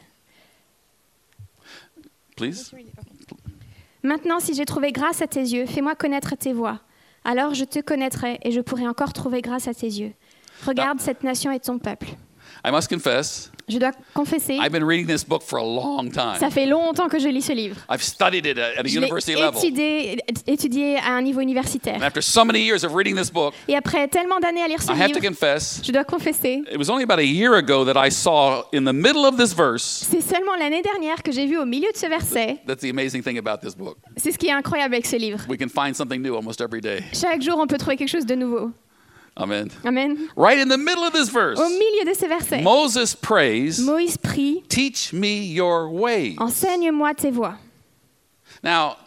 S1: please.
S2: Maintenant, si j'ai trouvé grâce à tes yeux, fais-moi connaître tes voies. Alors je te connaîtrai et je pourrai encore trouver grâce à tes yeux.
S1: Ah.
S2: Regarde cette nation et ton peuple.
S1: I must confess,
S2: Je dois confesser,
S1: I've been reading this book for a long
S2: ça
S1: time.
S2: fait longtemps que je lis ce livre.
S1: I've studied it at at a
S2: Je
S1: university
S2: l'ai
S1: level.
S2: étudié, étudié à un niveau
S1: And
S2: universitaire.
S1: after so many years of reading this book,
S2: Et après tellement d'années à lire ce
S1: I have to
S2: livre,
S1: confess,
S2: je dois confesser,
S1: it was only about a year ago that I saw in the middle of this verse.
S2: c'est seulement l'année dernière que j'ai vu au milieu de ce verset,
S1: That's the amazing thing about this book.
S2: c'est ce qui est incroyable avec ce livre.
S1: We can find something new almost every day.
S2: Chaque jour, on peut trouver quelque chose de nouveau.
S1: Amen.
S2: Amen.
S1: Right in the middle of this verse,
S2: Au milieu de ce verset,
S1: Moses prays,
S2: Moïse prie
S1: Teach me your ways.
S2: Enseigne-moi tes voies.
S1: Now,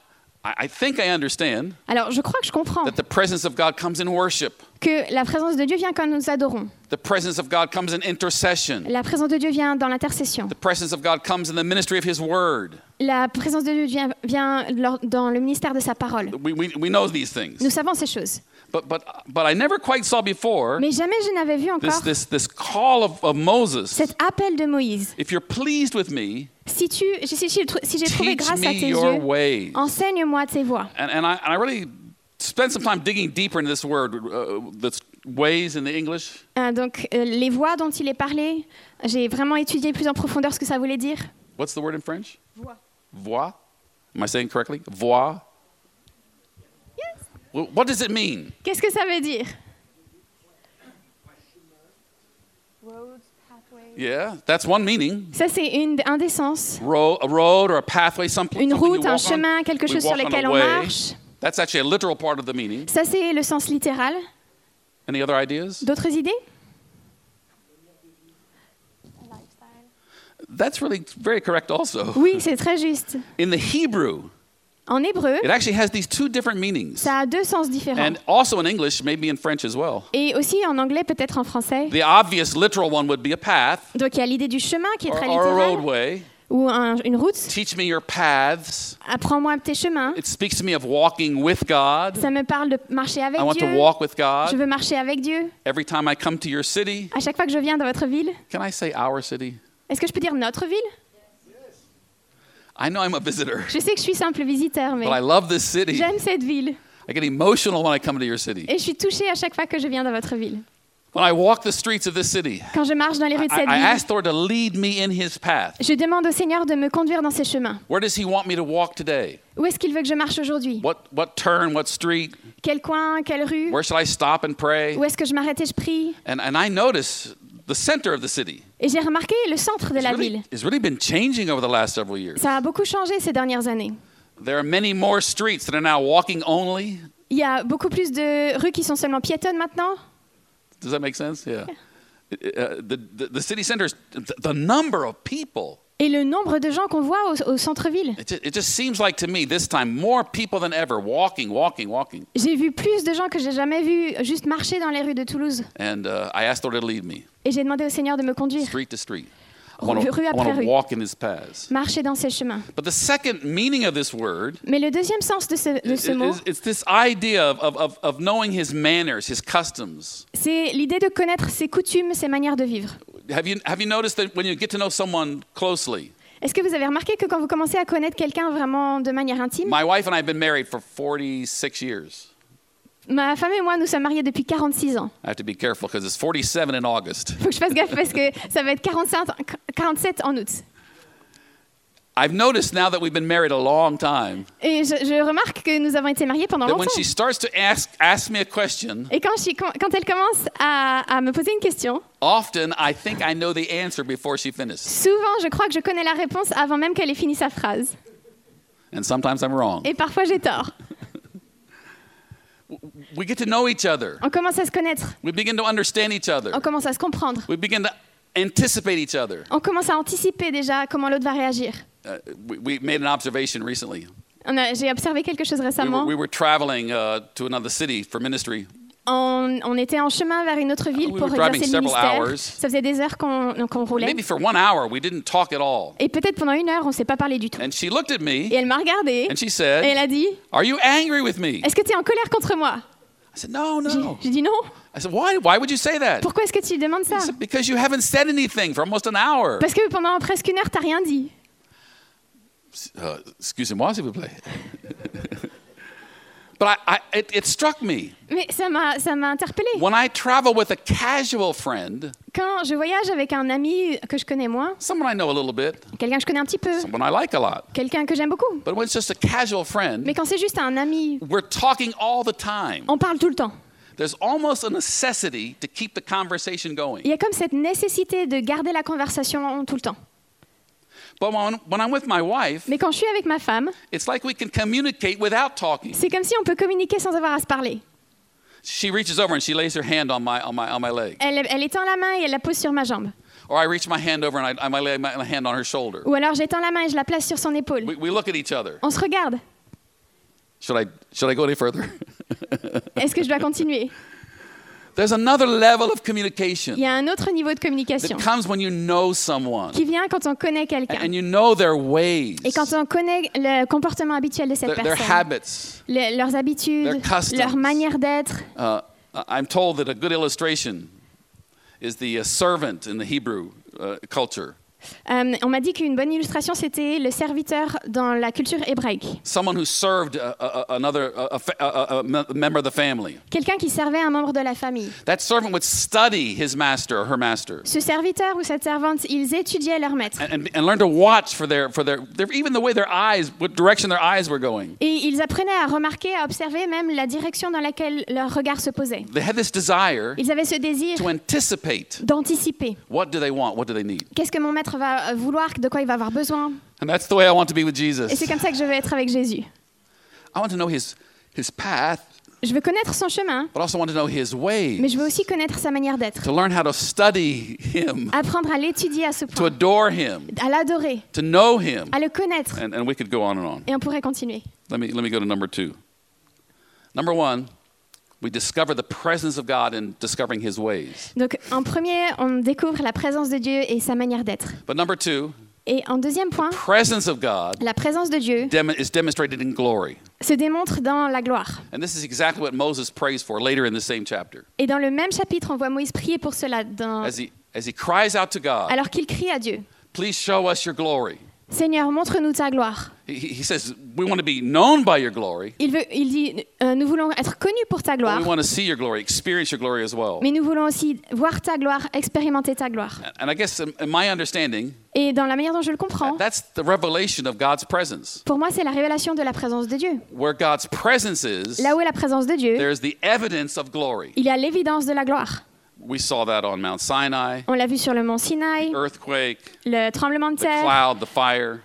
S1: I I think I understand
S2: Alors, je crois que je comprends
S1: that the presence of God comes in worship.
S2: que la présence de Dieu vient quand nous adorons.
S1: The presence of God comes in intercession.
S2: La présence de Dieu vient dans l'intercession.
S1: The presence of God comes in the ministry of His Word.
S2: La présence de Dieu vient, vient lors- dans le ministère de sa parole.
S1: We, we, we know these
S2: Nous
S1: things.
S2: savons ces choses.
S1: But, but, but I never quite saw before
S2: Mais jamais je n'avais vu
S1: this,
S2: encore
S1: this, this call of, of Moses.
S2: cet appel de Moïse.
S1: If you're pleased with me,
S2: Si tu, si, si- si j'ai
S1: teach
S2: trouvé grâce à
S1: me
S2: tes
S1: your
S2: yeux,
S1: ways.
S2: enseigne-moi tes voies.
S1: And, and, I, and I really spent some time digging deeper into this word, uh, this ways in the English.
S2: Ah, donc, euh, les voies dont il est parlé, j'ai vraiment étudié plus en profondeur ce que ça voulait dire.
S1: What's the word in French? Voix. Am I saying correctly? Voix.
S2: Yes.
S1: Wh- What does it mean?
S2: Qu'est-ce que ça veut dire
S3: roads, pathways.
S1: Yeah, that's one meaning.
S2: Ça, c'est une, un des sens.
S1: Ro- a road or a pathway, some,
S2: Une
S1: something
S2: route,
S1: you
S2: un
S1: walk on.
S2: chemin, quelque
S1: We
S2: chose sur
S1: walk on a
S2: lequel on
S1: way.
S2: marche.
S1: That's actually a literal part of the meaning.
S2: Ça, c'est le sens littéral.
S1: Any other ideas?
S2: D'autres idées
S3: Lifestyle.
S1: That's really very correct also.
S2: Oui, c'est très juste.
S1: In the Hebrew,
S2: En hébreu,
S1: it actually has these two different meanings.
S2: ça a deux sens différents.
S1: And also in English, maybe in French as well.
S2: Et aussi en anglais, peut-être en français.
S1: The obvious literal one would be a path
S2: Donc il y a l'idée du chemin qui est
S1: or,
S2: très
S1: or a
S2: littérale,
S1: roadway.
S2: ou un- une route.
S1: Teach me your paths.
S2: Apprends-moi tes chemins.
S1: It speaks to me of walking with God.
S2: Ça me parle de marcher avec
S1: I want to
S2: Dieu.
S1: walk with
S2: Je
S1: God.
S2: veux marcher avec Dieu.
S1: Every time I come to your city,
S2: À chaque fois que je viens dans votre ville,
S1: can I say our city?
S2: Est-ce que je peux dire notre ville
S1: I know I'm a visitor,
S2: Je sais que je suis simple visiteur, mais
S1: but I love this city.
S2: j'aime cette ville.
S1: I get emotional when I come to your city.
S2: Et je suis touchée à chaque fois que je viens dans votre ville.
S1: When I walk the streets of this city,
S2: Quand je marche dans les rues de
S1: I,
S2: cette
S1: I
S2: ville,
S1: ask the Lord to lead me in his path.
S2: je demande au Seigneur de me conduire dans ses chemins.
S1: Where does he want me to walk today?
S2: Où est-ce qu'il veut que je marche aujourd'hui
S1: What, what turn, what street?
S2: Quel coin, quelle rue
S1: Where should I stop and pray?
S2: Où est-ce que je m'arrête et je prie
S1: And, and I notice the center of the city
S2: Et j'ai remarqué le centre de
S1: has
S2: la
S1: really,
S2: ville.
S1: has really been changing over the last several years.
S2: Ça a beaucoup changé ces dernières années.
S1: There are many more streets that are now walking only.
S2: Il y a beaucoup plus de rues qui sont seulement piétonnes maintenant.
S1: Does that make sense? Yeah. Uh, the, the, the city centers, the, the number of people,
S2: Et le nombre de gens qu'on voit au, au centre-ville.
S1: it just, it just seems like to me this time more people than ever walking, walking, walking.
S2: J'ai vu plus de gens que j'ai jamais vus juste marcher dans les rues de Toulouse.
S1: And uh, I asked the Lord to lead me
S2: Et j'ai demandé au Seigneur de me conduire,
S1: street to street. I
S2: Rue après
S1: want to
S2: rue.
S1: walk in his paths.
S2: marcher dans ses chemins.
S1: But the second meaning of this word
S2: Mais le deuxième sens de ce, de
S1: is,
S2: ce mot,
S1: is- it's this idea of, of, of, of knowing his manners, his customs.
S2: c'est l'idée de connaître ses coutumes, ses manières de vivre.
S1: Have you, have you noticed that when you get to know someone closely?
S2: Est-ce que vous avez remarqué que quand vous commencez à connaître quelqu'un vraiment de manière intime,
S1: My wife and I have been married for 46 years.
S2: ma femme et moi, nous sommes mariés depuis 46 ans.
S1: I have to be careful because it's 47 in August.
S2: Faut que je fasse gaffe parce que ça va être 45, 47 en août.
S1: I've noticed now that we've been married a long time
S2: Et je, je remarque que nous avons été mariés pendant
S1: that
S2: longtemps.
S1: when she starts to ask, ask me a question,
S2: Et quand, je suis- quand quand elle commence à, à me poser une question,
S1: often I think I know the answer before she finishes.
S2: souvent je crois que je connais la réponse avant même qu'elle ait fini sa phrase.
S1: And sometimes I'm wrong.
S2: Et parfois j'ai tort.
S1: We get to know each other,
S2: On commence à se connaître,
S1: we begin to understand each other,
S2: on commence à se comprendre,
S1: we begin to anticipate each other.
S2: on commence à anticiper déjà comment l'autre va réagir.
S1: Uh, we, we made an observation recently.
S2: On a- J'ai observé quelque chose
S1: We were,
S2: récemment.
S1: we were traveling uh, to another city for ministry,
S2: On, on était en chemin vers une autre ville
S1: We
S2: pour
S1: were
S2: exercer
S1: driving
S2: le
S1: several
S2: ministère.
S1: hours.
S2: Ça faisait des heures qu'on qu'on roulait.
S1: Maybe for one hour, we didn't talk at all.
S2: Et peut-être pendant une heure, on ne s'est pas parlé du tout.
S1: And she looked at
S2: Et
S1: me
S2: elle m'a regardée
S1: and she
S2: et elle
S1: said,
S2: a dit
S1: Are you angry with me?
S2: Est-ce que tu es en colère contre moi
S1: I said, No,
S2: J'ai
S1: no.
S2: j'ai dit non.
S1: I said, Why, why would you say that?
S2: Pourquoi est-ce que tu demandes ça
S1: She said, Because you haven't said anything for almost an hour.
S2: Parce que pendant presque une heure, t'as rien dit.
S1: Uh, Excusez-moi, s'il vous plaît. but I, I, it, it struck me.
S2: Mais ça m'a ça m'a interpellée.
S1: When I travel with a casual friend,
S2: Quand je voyage avec un ami que je connais moins,
S1: someone I know a little bit,
S2: quelqu'un que je connais un petit peu,
S1: someone I like a lot,
S2: quelqu'un que j'aime beaucoup,
S1: but when it's just a casual
S2: mais
S1: friend,
S2: quand c'est juste un ami,
S1: we're talking all the time.
S2: on parle tout le temps.
S1: There's almost a necessity to keep the conversation going.
S2: Il y a comme cette nécessité de garder la conversation tout le temps.
S1: But when, when I'm with my wife,
S2: Mais quand je suis avec ma femme,
S1: it's like we can communicate without talking.
S2: c'est comme si on peut communiquer sans avoir à se parler.
S1: She reaches over and she lays her hand on my, on my, on my leg.
S2: Elle, elle étend la main et elle la pose sur ma jambe.
S1: Or I reach my hand over and I, I lay my hand on her shoulder.
S2: Ou alors j'étends la main et je la place sur son épaule.
S1: We, we look at each other.
S2: On se regarde.
S1: Should I, should I go any further?
S2: Est-ce que je dois continuer
S1: There's another level of
S2: Il y
S1: communication
S2: a un autre niveau de communication
S1: that comes when you know someone
S2: qui vient quand on connaît
S1: and,
S2: quelqu'un
S1: and you know their ways,
S2: et quand on connaît le comportement habituel de cette
S1: their, their
S2: personne,
S1: habits.
S2: le- leurs habitudes,
S1: their customs.
S2: leur manière d'être.
S1: Uh, I- I'm told that a good illustration is the uh, servant in the Hebrew uh, culture.
S2: Euh, on m'a dit qu'une bonne illustration, c'était le serviteur dans la culture hébraïque.
S1: someone who served a, a, a- another uh, a, a fa- a- a- a me- member of the family.
S2: Quelqu'un qui servait un membre de la famille.
S1: That servant would study his master or her master
S2: Ce serviteur ou cette servante, ils étudiaient leur maître.
S1: and, and, and learn to watch for their for their, their even the way their eyes, what direction their eyes were going.
S2: Et ils apprenaient à remarquer, à observer même la direction dans laquelle leur regard se posait.
S1: They had this desire
S2: Ils avaient ce désir
S1: to anticipate
S2: d'anticiper.
S1: what do they want, what do they need,
S2: Qu'est-ce que mon maître va euh, vouloir, de quoi il va avoir besoin
S1: and that's the way I want to be with
S2: Et c'est
S1: Jesus.
S2: comme ça que je veux être avec Jésus.
S1: I want to know his his path,
S2: Je veux connaître son chemin,
S1: but also want to know his
S2: mais
S1: ways.
S2: je veux aussi connaître sa manière d'être.
S1: To learn how to study him,
S2: Apprendre à l'étudier à ce
S1: to
S2: point,
S1: adore him,
S2: à l'adorer,
S1: to know him,
S2: à le connaître.
S1: and, and we could go on and on.
S2: Et on pourrait continuer.
S1: Let me, let me go to number two. Number one, we discover the presence of God in discovering his ways.
S2: Donc en premier, on découvre la présence de Dieu et sa manière d'être.
S1: But number two,
S2: Et en deuxième point,
S1: presence of God
S2: la présence de Dieu
S1: dem- is demonstrated in glory.
S2: se démontre dans la gloire.
S1: And this is exactly what Moses prays for later in the same chapter.
S2: Et dans le même chapitre, on voit Moïse prier pour cela dans-
S1: As he, as he cries out to God,
S2: alors qu'il crie à Dieu.
S1: Please show us your glory.
S2: Seigneur, montre-nous ta gloire.
S1: He, he says, We want to be known by your glory.
S2: Il, veut, il dit, euh, nous voulons être connus pour ta
S1: But
S2: gloire,
S1: we want to see your glory, experience your glory as well.
S2: mais nous voulons aussi voir ta gloire, expérimenter ta gloire.
S1: And I guess, in in my understanding,
S2: Et dans la manière dont je le comprends,
S1: that's the revelation of God's presence.
S2: pour moi, c'est la révélation de la présence de Dieu.
S1: Where God's presence is,
S2: Là où est la présence de Dieu,
S1: there's the evidence of glory.
S2: il y a l'évidence de la gloire.
S1: We saw that on Mount Sinai,
S2: On l'a vu sur le mont Sinaï,
S1: earthquake,
S2: le tremblement de
S1: the
S2: terre,
S1: cloud, the fire.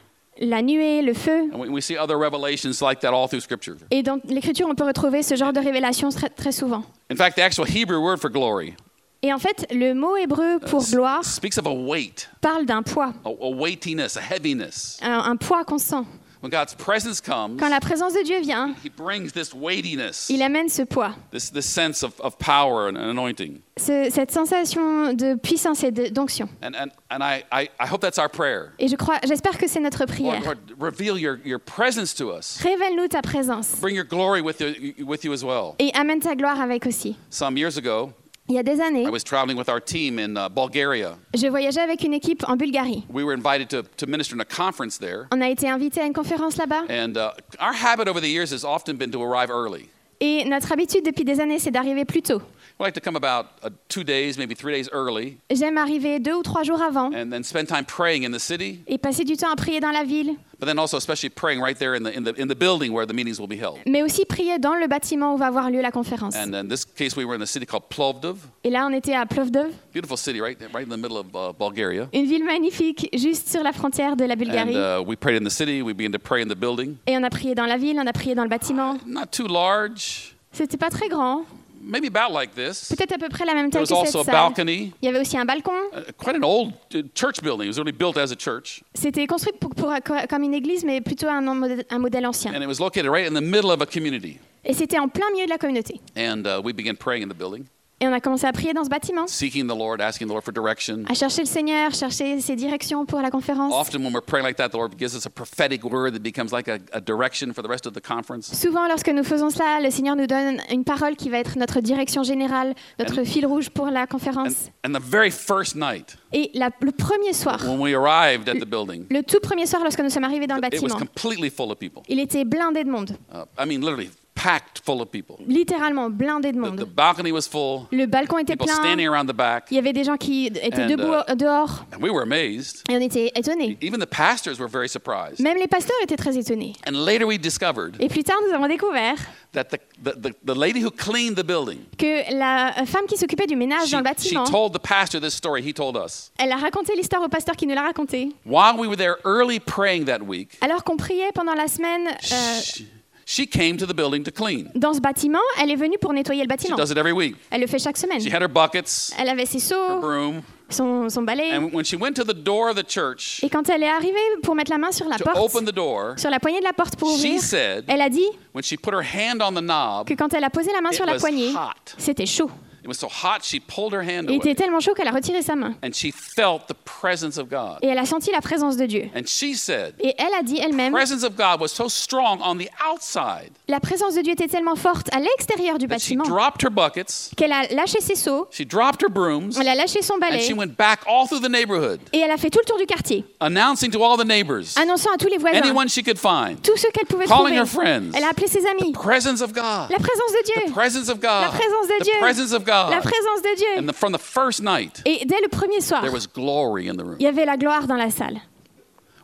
S2: la nuée, le feu.
S1: And we, we see other revelations like that all through Scripture.
S2: Et dans l'Écriture, on peut retrouver ce genre de révélation très, très souvent.
S1: In fact, the actual Hebrew word for glory
S2: Et en fait, le mot hébreu pour
S1: s-
S2: gloire
S1: speaks of a weight,
S2: parle d'un poids,
S1: a, a weightiness, a heaviness.
S2: un, un poids constant.
S1: When God's presence comes,
S2: Quand la présence de Dieu vient,
S1: He brings this weightiness,
S2: il amène ce poids,
S1: this, this sense of, of power and, and anointing.
S2: ce- cette sensation de puissance et de- d'onction.
S1: And, and, and I, I, I hope that's our prayer.
S2: Et je crois, j'espère que c'est notre
S1: Lord,
S2: prière.
S1: Lord, reveal your, your presence to us.
S2: Révèle-nous ta présence
S1: Bring your glory with you, with you as well.
S2: et amène ta gloire avec aussi.
S1: Some years ago,
S2: Il y a des années,
S1: I was traveling with our team in uh, Bulgaria.
S2: je voyageais avec une équipe en Bulgarie.
S1: We were invited to, to minister in a conference there.
S2: On a été invité à une conférence là-bas
S1: And uh, our habit over the years has often been to arrive early.
S2: et notre habitude depuis des années, c'est d'arriver plus tôt.
S1: We like to come about uh, two days, maybe three days early,
S2: J'aime arriver deux ou trois jours avant
S1: and then spend time praying in the city,
S2: et passer du temps à prier dans la ville,
S1: but then also especially praying right there in the, in the, in the building where the meetings will be held.
S2: mais aussi prier dans le bâtiment où va avoir lieu la conférence.
S1: And uh, in this case, we were in a city called Plovdiv,
S2: Et là, on était à Plovdiv,
S1: beautiful city right, right in the middle of uh, Bulgaria.
S2: une ville magnifique, juste sur la frontière de la
S1: And
S2: Bulgarie.
S1: uh, we prayed in the city. We began to pray in the building.
S2: Et on a prié dans la ville, on a prié dans le bâtiment.
S1: Not too large,
S2: C'était pas très grand,
S1: maybe about like this.
S2: peut-être à peu près la même
S1: There
S2: taille
S1: was
S2: que
S1: also
S2: cette
S1: a
S2: salle.
S1: balcony,
S2: Il y avait aussi un balcon.
S1: uh, quite an old uh, church building. It was really built as a church.
S2: C'était construit pour- pour- comme une église, mais plutôt un, modè- un modèle ancien.
S1: And it was located right in the middle of a community.
S2: Et c'était en plein milieu de la communauté.
S1: And uh, we began praying in the building,
S2: Et on a commencé à prier dans ce bâtiment,
S1: seeking the Lord, asking the Lord for direction.
S2: à chercher le Seigneur, chercher ses directions pour la conférence.
S1: Often, when we're praying like that, the Lord gives us a prophetic word that becomes like a, a direction for the rest of the conference.
S2: Souvent, lorsque nous faisons cela, le Seigneur nous donne une parole qui va être notre direction générale, notre fil rouge pour la conférence.
S1: And, and the very first night,
S2: Et la- le premier soir,
S1: when we arrived at the building,
S2: le tout premier soir, lorsque nous sommes arrivés dans le
S1: it was
S2: bâtiment,
S1: completely full of people.
S2: il était blindé de monde,
S1: Uh, I mean, literally packed full of people.
S2: littéralement blindé de
S1: The, the
S2: monde.
S1: balcony was full,
S2: Le balcon était
S1: people
S2: plein,
S1: standing around the back.
S2: il y avait des gens qui étaient
S1: And,
S2: debout
S1: uh,
S2: dehors,
S1: And we were amazed.
S2: et on était étonnés.
S1: Even the pastors were very surprised.
S2: Même les pasteurs étaient très étonnés.
S1: And later we discovered
S2: Et plus tard, nous avons découvert
S1: that the, the, the, the lady who cleaned the building,
S2: que la euh, femme qui s'occupait du ménage
S1: she,
S2: dans le
S1: she
S2: bâtiment,
S1: told the pastor this story he told us.
S2: elle a raconté l'histoire au pasteur qui nous l'a racontée.
S1: While we were there early praying that week,
S2: Alors qu'on priait pendant la semaine euh,
S1: she, she came to the building to clean.
S2: dans ce bâtiment, elle est venue pour nettoyer le
S1: She
S2: bâtiment.
S1: does it every week.
S2: Elle le fait chaque semaine.
S1: She had her buckets,
S2: Elle avait ses
S1: her
S2: seaux,
S1: broom,
S2: son, son balai.
S1: and when she went to the door of the church
S2: Et quand elle est arrivée pour mettre la main sur la
S1: to open
S2: porte,
S1: the door,
S2: sur la poignée de la porte pour
S1: she
S2: ouvrir,
S1: said
S2: elle a dit
S1: when she put her hand on the knob,
S2: que quand elle a posé la main
S1: it
S2: sur la
S1: was
S2: poignée,
S1: hot.
S2: c'était chaud.
S1: It was so hot she pulled her hand
S2: Il était
S1: away,
S2: tellement chaud qu'elle a retiré sa main.
S1: and she felt the presence of God.
S2: Et elle a senti la présence de Dieu.
S1: And she said,
S2: Et elle a dit elle-même,
S1: presence of God was so strong on the outside
S2: la présence de Dieu était tellement forte à l'extérieur du
S1: that she
S2: bâtiment
S1: dropped her buckets,
S2: qu'elle a lâché ses seaux,
S1: she dropped her brooms,
S2: elle a lâché son
S1: and she
S2: balai
S1: went back all through the neighborhood,
S2: et elle a fait tout le tour du quartier,
S1: announcing to all the neighbors,
S2: annonçant à tous les voisins,
S1: anyone she could find,
S2: tous ceux qu'elle pouvait
S1: calling
S2: trouver.
S1: her friends.
S2: Elle a appelé ses amis.
S1: presence of God,
S2: La présence de
S1: the
S2: Dieu.
S1: presence of God,
S2: La présence de
S1: the
S2: Dieu.
S1: presence of
S2: La
S1: God.
S2: présence de
S1: And
S2: Dieu.
S1: the, from the first night,
S2: Et dès le premier soir,
S1: there was glory in the room.
S2: il y avait la gloire dans la salle.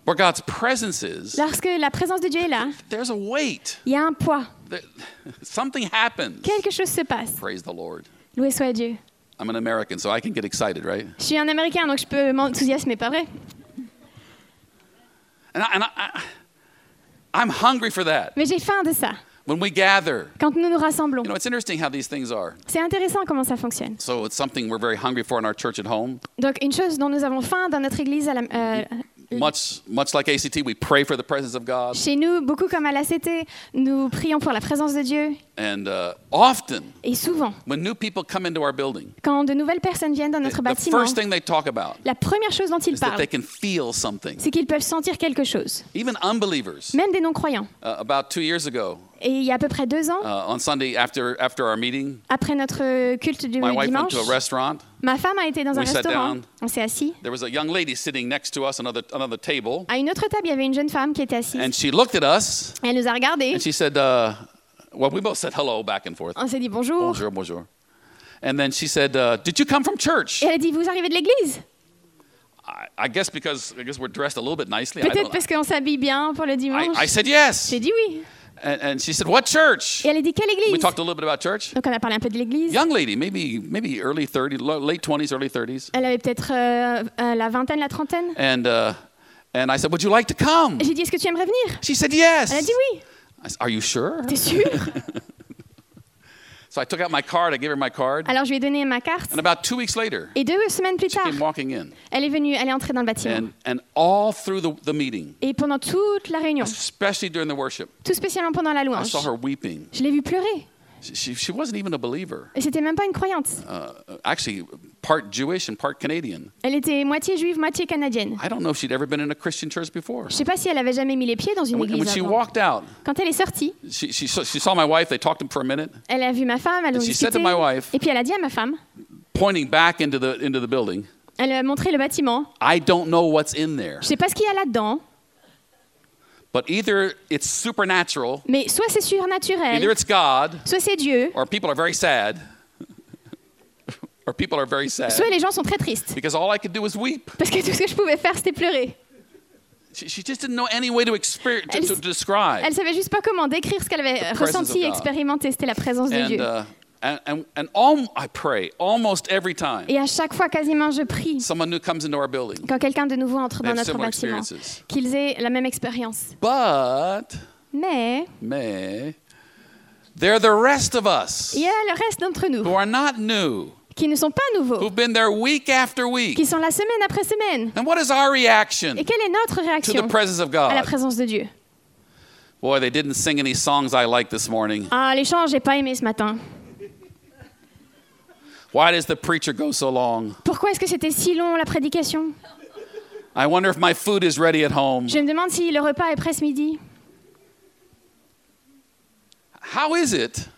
S1: Where God's presence is,
S2: Lorsque la présence de Dieu est là,
S1: there's a weight.
S2: il y a un poids.
S1: There- something happens.
S2: Quelque chose se passe.
S1: Praise the Lord.
S2: Loué soit Dieu.
S1: I'm an American, so I can get excited, right?
S2: Je suis un Américain, donc je peux m'enthousiasmer, pas vrai
S1: And, I, and I, I, I'm hungry for that.
S2: Mais j'ai faim de ça.
S1: When we gather,
S2: Quand nous nous rassemblons,
S1: you know, it's interesting how these things are.
S2: c'est intéressant comment ça fonctionne.
S1: So it's something we're very hungry for in our church at home.
S2: Donc une chose dont nous avons faim dans notre église, à la- euh,
S1: Much, much like ACT, we pray for the presence of God.
S2: chez nous, beaucoup comme à l'ACT, nous prions pour la présence de Dieu.
S1: And uh, often,
S2: Et souvent,
S1: when new people come into our building,
S2: quand de nouvelles personnes viennent dans notre
S1: the
S2: bâtiment,
S1: first thing they talk about
S2: la première chose dont ils
S1: is that
S2: parlent,
S1: they can feel something.
S2: c'est qu'ils peuvent sentir quelque chose.
S1: Even unbelievers.
S2: Même des non-croyants.
S1: Uh, about two years ago,
S2: Et il y a à peu près deux ans,
S1: Uh, on Sunday after after our meeting,
S2: après notre culte du
S1: my wife went
S2: dimanche,
S1: to a restaurant.
S2: ma femme a été dans un
S1: We sat
S2: restaurant.
S1: down.
S2: On s'est assis.
S1: There was a young lady sitting next to us, another another table,
S2: À une autre table, il y avait une jeune femme qui était assise.
S1: and she looked at us
S2: Elle nous a regardés.
S1: and she said, uh, "Well, we both said hello back and forth,
S2: On s'est dit bonjour.
S1: bonjour, bonjour." And then she said, uh, "Did you come from church?"
S2: Et elle a dit Vous arrivez de l'église
S1: I, I guess because I guess we're dressed a little bit nicely. I,
S2: Peut-être
S1: don't-
S2: parce qu'on s'habille bien pour le
S1: I,
S2: dimanche.
S1: I said yes,
S2: J'ai dit oui.
S1: and, and she said, "What church?"
S2: Et elle a dit Quelle
S1: We
S2: église
S1: talked a little bit about church.
S2: Donc on a parlé un peu de l'église.
S1: Young lady, maybe maybe early 30s, lo- late 20s, early 30s,
S2: Elle avait peut-être euh, euh, la vingtaine, la trentaine.
S1: and uh, and I said, "Would you like to come?"
S2: J'ai dit Est-ce que tu aimerais venir
S1: She said yes.
S2: Elle a dit oui.
S1: I said, Are you sure?
S2: T'es sûr
S1: So I took out my card. I gave her my card.
S2: Alors je lui ai donné ma carte.
S1: And about two weeks later,
S2: Et deux semaines plus tard,
S1: came walking in.
S2: elle est venue, elle est entrée dans le bâtiment.
S1: And, and all through the, the meeting,
S2: Et pendant toute la réunion,
S1: especially during the worship,
S2: tout spécialement pendant la
S1: I
S2: louange,
S1: saw her weeping.
S2: je l'ai vue pleurer.
S1: She, she, she wasn't even a believer,
S2: Et c'était même pas une croyante.
S1: uh, actually, part Jewish and part Canadian.
S2: Elle était moitié juive, moitié canadienne.
S1: I don't know if she'd ever been in a Christian church before.
S2: Je sais pas si elle avait jamais mis les pieds dans une
S1: And when, and when
S2: église.
S1: she
S2: avant.
S1: walked out,
S2: Quand elle est sortie,
S1: she, she, saw, she saw my wife. They talked for a minute,
S2: elle a vu ma femme, elle a
S1: And she said
S2: discuté.
S1: to my wife-
S2: Et puis elle a dit à ma femme,
S1: pointing back into the, into the building.
S2: elle a montré le bâtiment.
S1: I don't know what's in there,
S2: Je sais pas ce qu'il y a là-dedans,
S1: but either it's supernatural,
S2: mais soit c'est
S1: either
S2: surnaturel,
S1: it's God,
S2: soit c'est Dieu,
S1: or people are very sad, or people are very sad.
S2: soit les gens sont très tristes.
S1: Because all I could do was weep.
S2: Parce que tout ce que je pouvais faire, c'était pleurer.
S1: She, she just didn't know any way to, experience, to,
S2: Elle-
S1: to describe.
S2: Elle savait juste pas comment décrire ce qu'elle avait
S1: The presence
S2: ressenti et
S1: of God.
S2: expérimenté. C'était la présence de
S1: and,
S2: Dieu.
S1: uh, and and and all, I pray almost every time
S2: Et à chaque fois, quasiment, je prie
S1: someone new comes into our building,
S2: quand quelqu'un de nouveau entre
S1: They
S2: dans
S1: have
S2: notre
S1: similar
S2: bâtiment,
S1: experiences.
S2: qu'ils aient la même expérience.
S1: but
S2: Mais
S1: may there are the rest of us
S2: il y a le reste d'entre nous
S1: who are not new,
S2: qui ne sont pas nouveaux,
S1: who've been there week after
S2: qui
S1: week.
S2: sont là semaine après semaine.
S1: And what is our
S2: Et
S1: reaction
S2: quelle est notre
S1: to the
S2: réaction
S1: presence of
S2: à la
S1: God?
S2: présence de Dieu
S1: Boy, they didn't sing any songs I like this morning.
S2: Ah, l'échange, j'ai pas aimé ce matin.
S1: Why does the preacher go so long?
S2: Pourquoi est-ce que c'était si long la prédication
S1: I wonder if my food is ready at home.
S2: Je me demande si le repas est prêt ce midi.
S1: How is it?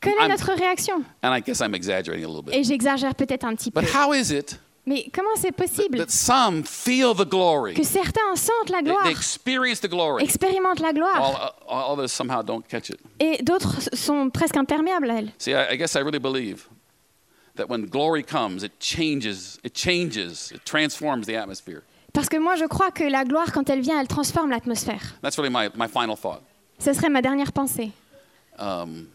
S2: Quelle est
S1: I'm-
S2: notre réaction
S1: And I guess I'm exaggerating a little bit.
S2: Et j'exagère peut-être un petit peu.
S1: But how is it
S2: Mais comment c'est possible
S1: that some feel the glory?
S2: que certains sentent la
S1: They,
S2: gloire,
S1: they experience the glory.
S2: expérimentent la
S1: All,
S2: gloire,
S1: uh, all others somehow don't catch it.
S2: et d'autres s- sont presque imperméables à elle
S1: See, I, I guess I really believe that when glory comes, it changes, it changes, it transforms the atmosphere.
S2: Parce que moi, je crois que la gloire, quand elle vient, elle transforme l'atmosphère.
S1: That's really my, my final thought.
S2: Ce serait ma dernière pensée.
S1: Um,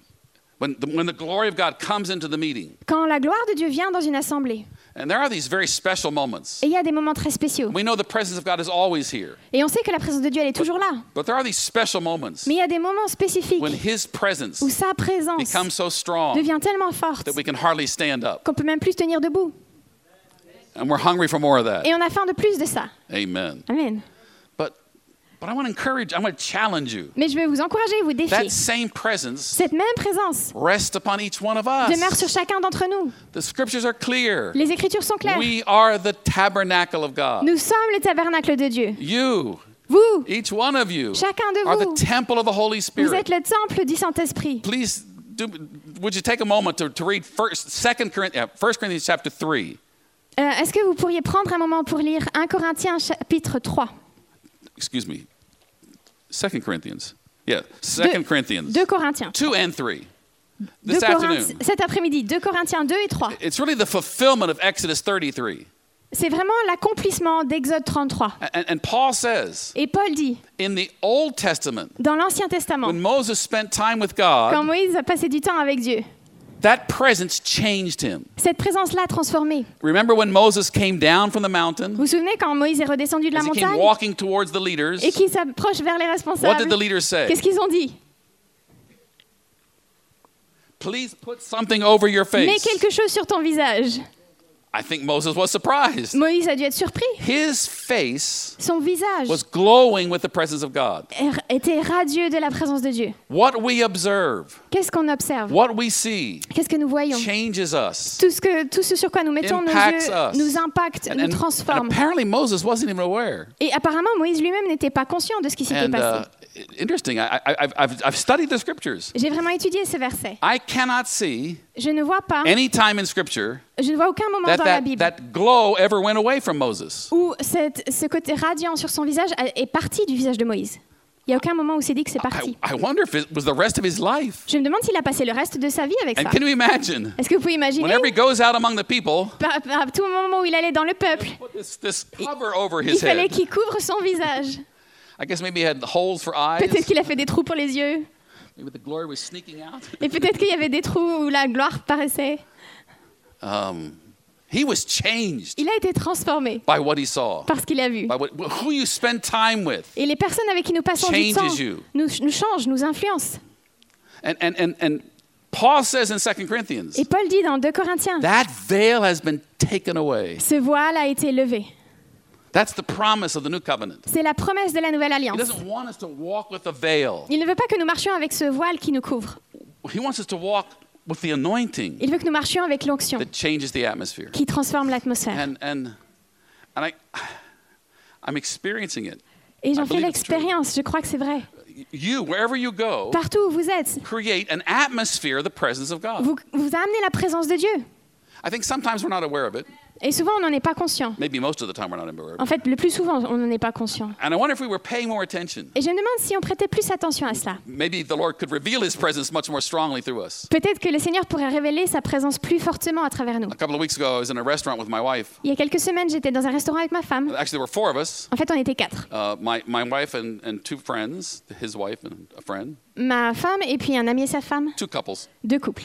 S1: when, the, when the glory of God comes into the meeting,
S2: Quand la gloire de Dieu vient dans une assemblée,
S1: and there are these very special moments.
S2: et il y a des moments très spéciaux,
S1: We know the presence of God is always here,
S2: et on sait que la présence de Dieu, elle est toujours là,
S1: but there are these special moments
S2: mais il y a des moments spécifiques
S1: when His presence
S2: où sa présence
S1: becomes so strong
S2: devient tellement forte
S1: that we can hardly stand up.
S2: qu'on peut même plus tenir debout.
S1: And we're hungry for more of that.
S2: Et on a faim de plus de ça.
S1: Amen.
S2: Amen.
S1: But but I want to encourage, I want to challenge you.
S2: Mais je vais vous encourager, vous défier.
S1: That same presence
S2: Cette même présence
S1: rests upon each one of
S2: demeure
S1: us.
S2: sur chacun d'entre nous.
S1: The scriptures are clear.
S2: Les Écritures sont claires.
S1: We are the tabernacle of God.
S2: Nous sommes le tabernacle de Dieu.
S1: You,
S2: Vous,
S1: each one of you,
S2: Chacun de
S1: are the
S2: vous.
S1: temple of the Holy
S2: vous
S1: Spirit.
S2: êtes le temple du Saint-Esprit.
S1: Please do, would you take a moment to, to read first second Corinthians, first Corinthians chapter three.
S2: Euh, Est-ce que vous pourriez prendre un moment pour lire 1 Corinthiens chapitre 3
S1: Excuse me. Second Corinthians. Yeah. Second Corinthians.
S2: 2 Corinthiens.
S1: Two and three.
S2: Deux
S1: This
S2: Corinthiens
S1: afternoon.
S2: cet après-midi, 2 Corinthiens 2 et 3.
S1: It's really the fulfillment of Exodus 33.
S2: C'est vraiment l'accomplissement d'Exode 33.
S1: And, and Paul says
S2: Et Paul dit,
S1: in the Old Testament,
S2: dans l'Ancien Testament,
S1: when Moses spent time with
S2: quand
S1: God,
S2: Moïse a passé du temps avec Dieu,
S1: that presence changed him.
S2: cette présence-là a transformé.
S1: Remember when Moses came down from the mountain?
S2: Vous vous souvenez quand Moïse est redescendu de la
S1: As he came
S2: montagne
S1: walking towards the leaders,
S2: et qu'il s'approche vers les
S1: what
S2: responsables
S1: did the leaders say?
S2: Qu'est-ce qu'ils ont dit
S1: Please put something over your
S2: Mets
S1: face.
S2: quelque chose sur ton visage.
S1: I think Moses was surprised.
S2: Moïse a dû être surpris.
S1: His face
S2: Son visage
S1: was glowing with the presence of God.
S2: er- était radieux de la présence de Dieu.
S1: What we observe,
S2: Qu'est-ce qu'on observe
S1: what we see,
S2: Qu'est-ce que nous voyons
S1: changes us.
S2: tout ce, que, tout ce sur quoi nous mettons nos
S1: Impacts
S2: yeux
S1: us.
S2: nous impacte,
S1: And,
S2: nous
S1: and- and
S2: transforme.
S1: apparently Moses wasn't even aware.
S2: Et apparemment, Moïse lui-même n'était pas conscient de ce qui s'était
S1: And
S2: passé.
S1: uh, interesting. I, I, I've, I've, I've studied the scriptures.
S2: J'ai vraiment étudié ce verset.
S1: I cannot see
S2: Je ne vois pas,
S1: any time in scripture
S2: je ne vois aucun moment
S1: that
S2: dans la
S1: that,
S2: Bible
S1: that glow ever went away from Moses.
S2: où cette- ce côté radiant sur son visage a- est parti du visage de Moïse. Il n'y a aucun moment où c'est dit que c'est
S1: I,
S2: parti.
S1: I wonder if it was the rest of his life.
S2: Je me demande s'il a passé le reste de sa vie avec
S1: And
S2: ça.
S1: can you imagine?
S2: Est-ce que vous pouvez imaginer
S1: Whenever he goes out among the people,
S2: par- par- à tout moment où il allait dans le peuple,
S1: put this, this cover over
S2: il
S1: his
S2: fallait
S1: head.
S2: qu'il couvre son visage.
S1: I guess maybe he had holes for eyes.
S2: Peut-être qu'il a fait des trous pour les yeux.
S1: Maybe the glory was sneaking out.
S2: Et peut-être qu'il y avait des trous où la gloire paraissait.
S1: Um, he was changed
S2: Il a été transformé
S1: by what he saw,
S2: par ce qu'il a vu.
S1: by what, who you spend time with.
S2: Et les personnes avec qui nous passons du temps
S1: Changes you.
S2: nous, nous changent, nous influencent.
S1: And, and, and, and Paul says in 2 Corinthians,
S2: Et Paul dit dans 2 Corinthiens,
S1: that veil has been taken away.
S2: ce voile a été levé.
S1: That's the promise of the new covenant.
S2: C'est la promesse de la nouvelle
S1: He
S2: alliance.
S1: doesn't want us to walk with a veil.
S2: Il ne veut pas que nous marchions avec ce voile qui nous couvre.
S1: He wants us to walk with the anointing
S2: Il veut que nous marchions avec l'onction
S1: that changes the atmosphere.
S2: qui transforme l'atmosphère.
S1: And, and, and I, I'm experiencing it.
S2: Et
S1: I
S2: j'en fais
S1: believe it's true.
S2: l'expérience, je crois que c'est vrai.
S1: You, wherever you go,
S2: Partout où vous êtes,
S1: create an atmosphere of the presence of God.
S2: vous, vous amenez la présence de Dieu.
S1: I think sometimes we're not aware of it.
S2: Et souvent, on n'en est pas conscient.
S1: Maybe most of the time we're not aware of
S2: En
S1: it.
S2: fait, le plus souvent, on n'en est pas conscient.
S1: And I wonder if we were paying more attention.
S2: Et je me demande si on prêtait plus attention à cela.
S1: Maybe the Lord could reveal His presence much more strongly through us.
S2: Peut-être que le Seigneur pourrait révéler sa présence plus fortement à travers nous.
S1: A couple of weeks ago, I was in a restaurant with my wife.
S2: Il y a quelques semaines, j'étais dans un restaurant avec ma femme.
S1: Actually, there were four of us.
S2: En fait, on était quatre.
S1: Uh, my, my wife and, and two friends, his wife and a friend,
S2: Ma femme et puis un ami et sa femme,
S1: two couples.
S2: deux couples.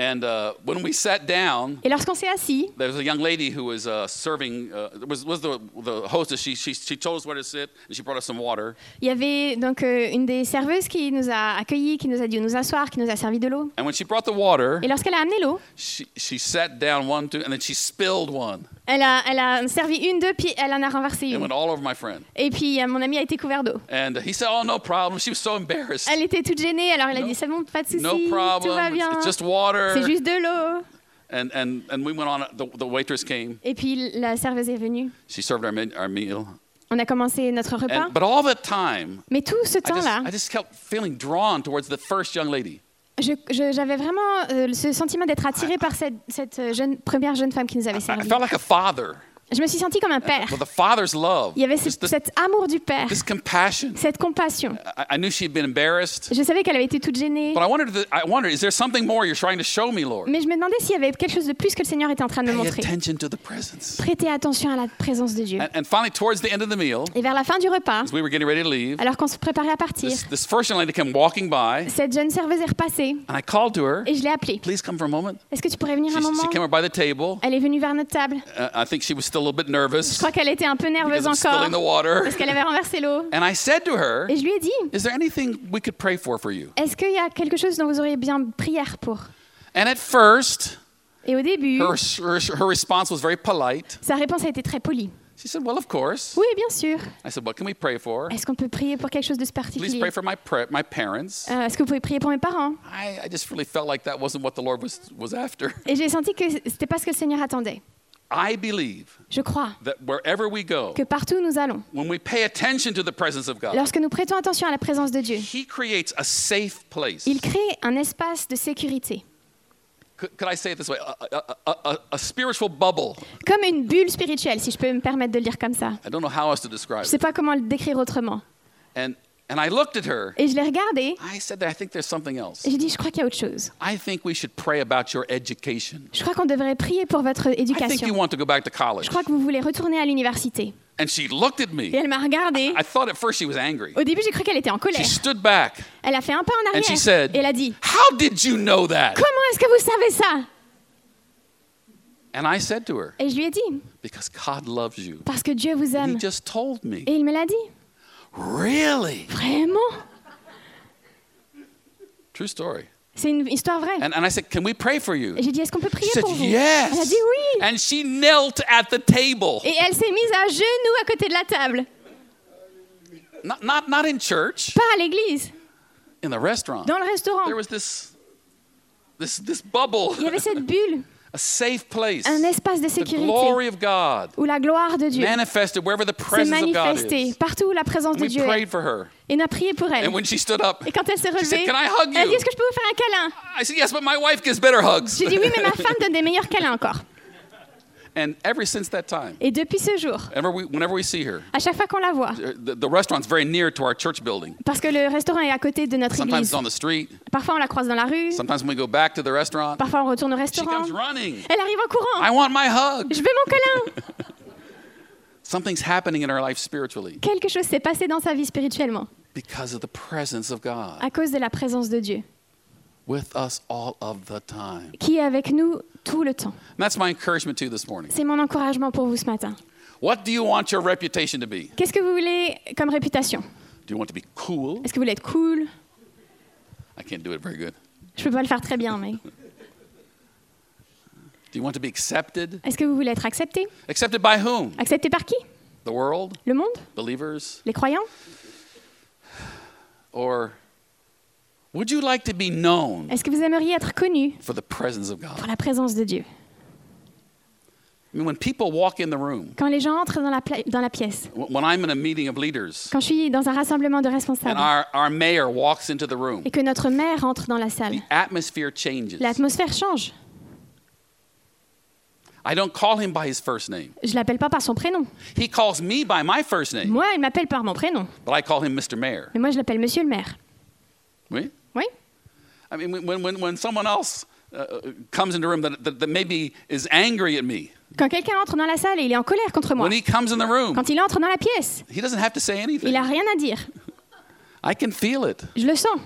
S1: And uh, when we sat down,
S2: Et lorsqu'on s'est assis,
S1: there was a young lady who was uh, serving, uh, was, was the, the hostess. She, she, she told us where to sit, and she brought us some water.
S2: il y avait donc euh, une des serveuses qui nous a accueillis, qui nous a dit où nous asseoir, qui nous a servi de l'eau.
S1: And when she brought the water,
S2: Et lorsqu'elle a amené l'eau,
S1: she, she sat down one, two, and then she spilled one.
S2: elle a, elle a servi une, deux, puis elle en a renversé
S1: It
S2: une.
S1: went all over my friend.
S2: Et puis euh, mon ami a été couvert d'eau.
S1: And he said, Oh, no problem. She was so embarrassed.
S2: Elle était toute gênée, alors elle a
S1: No-
S2: dit c'est bon, pas de souci,
S1: No
S2: tout va
S1: problem.
S2: bien,
S1: It's just water.
S2: c'est juste de l'eau.
S1: And, and, and we went on, the, the waitress came.
S2: Et puis la serveuse est venue.
S1: She served our, men- our meal.
S2: On a commencé notre repas.
S1: And, but all the time,
S2: Mais tout ce
S1: I just,
S2: temps-là,
S1: I just kept feeling drawn towards the first young lady.
S2: je- je- j'avais vraiment euh, ce sentiment d'être attirée par cette, cette, euh, jeune, première jeune femme qui nous avait
S1: I, I
S2: servi.
S1: felt like a father
S2: Je me suis sentie comme un père.
S1: with a father's love.
S2: Il y avait ce-
S1: Just the,
S2: cet amour du père,
S1: this compassion.
S2: cette compassion.
S1: I, I knew she'd been embarrassed.
S2: Je savais qu'elle avait été toute gênée,
S1: But I wondered, the, I wondered, is there something more you're trying to show me, Lord?
S2: mais je me demandais s'il y avait quelque chose de plus que le Seigneur était en train de
S1: Pay
S2: me montrer.
S1: attention to the presence.
S2: Prêtez attention à la présence de Dieu.
S1: And, and finally, towards the end of the meal,
S2: Et vers la fin du repas,
S1: as we were getting ready to leave,
S2: alors qu'on se préparait à partir,
S1: this, this first young lady came walking by, and
S2: cette jeune serveuse est repassée
S1: I called to her,
S2: et je l'ai appelée.
S1: please come for a moment.
S2: Est-ce que tu pourrais venir
S1: She,
S2: un
S1: she
S2: moment
S1: came over by the table.
S2: Elle est venue vers notre table.
S1: Uh, I think she was still a little bit
S2: Je
S1: nervous
S2: crois qu'elle était un peu
S1: because
S2: nerveuse
S1: of spilling the
S2: encore
S1: water.
S2: parce qu'elle avait renversé l'eau.
S1: And I said to her,
S2: Et je lui ai dit,
S1: Is there anything we could pray for for you?
S2: est-ce qu'il y a quelque chose dont vous auriez bien prière pour
S1: And at first,
S2: Et au début,
S1: her, her, her response was very polite.
S2: sa réponse a été très polie.
S1: She said, Well, of course.
S2: Oui, bien sûr.
S1: I said, What can we pray for?
S2: Est-ce qu'on peut prier pour quelque chose de
S1: Please
S2: particulier
S1: pray for my, pra- my parents.
S2: Euh, Est-ce que vous pouvez prier pour mes parents
S1: I, I just really felt like that wasn't what the Lord was, was after.
S2: Et j'ai senti que c'était pas ce que le Seigneur attendait.
S1: I believe
S2: Je crois
S1: that wherever we go,
S2: que partout où nous allons,
S1: when we pay attention to the presence of God,
S2: lorsque nous prêtons attention à la présence de Dieu,
S1: He creates a safe place.
S2: il crée un espace de sécurité,
S1: Could, could I say it this way? A, a, a, a, a spiritual bubble.
S2: comme une bulle spirituelle, si je peux me permettre de le dire comme ça.
S1: I don't know how else to describe
S2: Je sais
S1: it.
S2: pas comment le décrire autrement.
S1: And, and I looked at her.
S2: Et je l'ai regardée
S1: I said, I think there's something else.
S2: et j'ai dit, je crois qu'il y a autre chose.
S1: I think we should pray about your education.
S2: Je crois qu'on devrait prier pour votre
S1: I think you
S2: éducation.
S1: want to go back to
S2: Je
S1: college.
S2: crois que vous voulez retourner à l'université.
S1: And she looked at
S2: Et
S1: me.
S2: elle m'a regardée.
S1: I thought at first she was angry.
S2: Au début, j'ai cru qu'elle était en
S1: She
S2: colère.
S1: stood back
S2: Elle a fait un pas en
S1: ah. and she
S2: arrière.
S1: said,
S2: Et Oh, elle a dit,
S1: How did you know that?
S2: comment est-ce que vous savez ça
S1: And I said to her,
S2: Et je lui ai dit,
S1: Because God loves you.
S2: parce que Dieu
S1: He
S2: vous aime.
S1: just told me.
S2: Et il me l'a dit.
S1: Really?
S2: Vraiment
S1: True story.
S2: C'est une histoire vraie.
S1: And, and I said, Can we pray for you?
S2: Et J'ai dit, est-ce qu'on peut
S1: She
S2: prier
S1: said,
S2: pour vous Elle a
S1: Yes.
S2: dit oui. Eh.
S1: And she knelt at the table.
S2: Et elle s'est mise à genoux à côté de la table.
S1: Not, not, not in church,
S2: Pas à l'église,
S1: in the restaurant.
S2: dans le restaurant.
S1: There was this, this, this bubble.
S2: Il y avait cette bulle.
S1: a safe place.
S2: un espace de
S1: The
S2: sécurité
S1: glory of God
S2: où la gloire de Dieu
S1: manifested wherever the
S2: s'est
S1: presence of God
S2: manifestée,
S1: is.
S2: partout où la présence
S1: And
S2: de
S1: we
S2: Dieu est.
S1: prayed for her.
S2: Et on a prié pour elle.
S1: And when she stood up,
S2: Et quand elle s'est
S1: she said,
S2: relevée,
S1: Can I hug
S2: elle dit
S1: you?
S2: Est-ce que je peux vous faire un câlin
S1: I said, Yes, but my wife gives better hugs.
S2: J'ai dit Oui, mais ma femme donne des meilleurs câlins encore.
S1: And ever since that time,
S2: Et depuis ce jour,
S1: ever we, whenever we see her,
S2: à chaque fois qu'on la voit,
S1: uh, the, the restaurant's very near to our church building.
S2: parce que le restaurant est à côté de notre
S1: Sometimes
S2: église,
S1: it's on the street.
S2: parfois on la croise dans la rue,
S1: Sometimes when we go back to the restaurant,
S2: parfois on retourne au
S1: she
S2: restaurant.
S1: comes running.
S2: Elle arrive en
S1: I
S2: courant
S1: want my hug.
S2: Je veux mon câlin
S1: Something's happening in our life spiritually
S2: Quelque chose s'est passé dans sa vie spirituellement
S1: because of the presence of God
S2: à cause de la présence de Dieu,
S1: with us all of the time.
S2: qui est avec nous tout le temps.
S1: And that's my encouragement to you this morning.
S2: C'est mon encouragement pour vous ce matin.
S1: What do you want your reputation to be? Do
S2: Qu'est-ce que vous voulez comme réputation
S1: you want to be cool?
S2: Est-ce que vous voulez être cool
S1: I can't do it very good.
S2: Je peux pas le faire très bien, mais
S1: Do you want to be accepted?
S2: est-ce que vous voulez être accepté
S1: Accepted by whom?
S2: Accepté par qui
S1: The world?
S2: Le monde
S1: Believers?
S2: Les croyants
S1: Or would you like to be known
S2: Est-ce que vous aimeriez être connu
S1: for the presence of God?
S2: pour la présence de Dieu
S1: I mean, when people walk in the room,
S2: Quand les gens entrent dans la, pla- dans la pièce,
S1: w- when I'm in a meeting of leaders
S2: quand je suis dans un rassemblement de
S1: and
S2: responsables
S1: our, our mayor walks into the room,
S2: et que notre mère entre dans la salle,
S1: the atmosphere changes.
S2: l'atmosphère change.
S1: I don't call him by his first name.
S2: Je l'appelle pas par son prénom.
S1: He calls me by my first name,
S2: Moi, elle m'appelle par mon prénom.
S1: but I call him Mr. Mayor.
S2: Mais moi, je l'appelle Monsieur le maire.
S1: Oui?
S2: Oui
S1: I mean, when- when, when, when someone else uh, comes into the room that, that, that maybe is angry at me,
S2: Quand quelqu'un entre dans la salle et il est en colère contre moi,
S1: when he comes in the room,
S2: quand il entre dans la pièce,
S1: he doesn't have to say
S2: il
S1: anything.
S2: a rien à dire.
S1: I can feel it.
S2: Je le sens.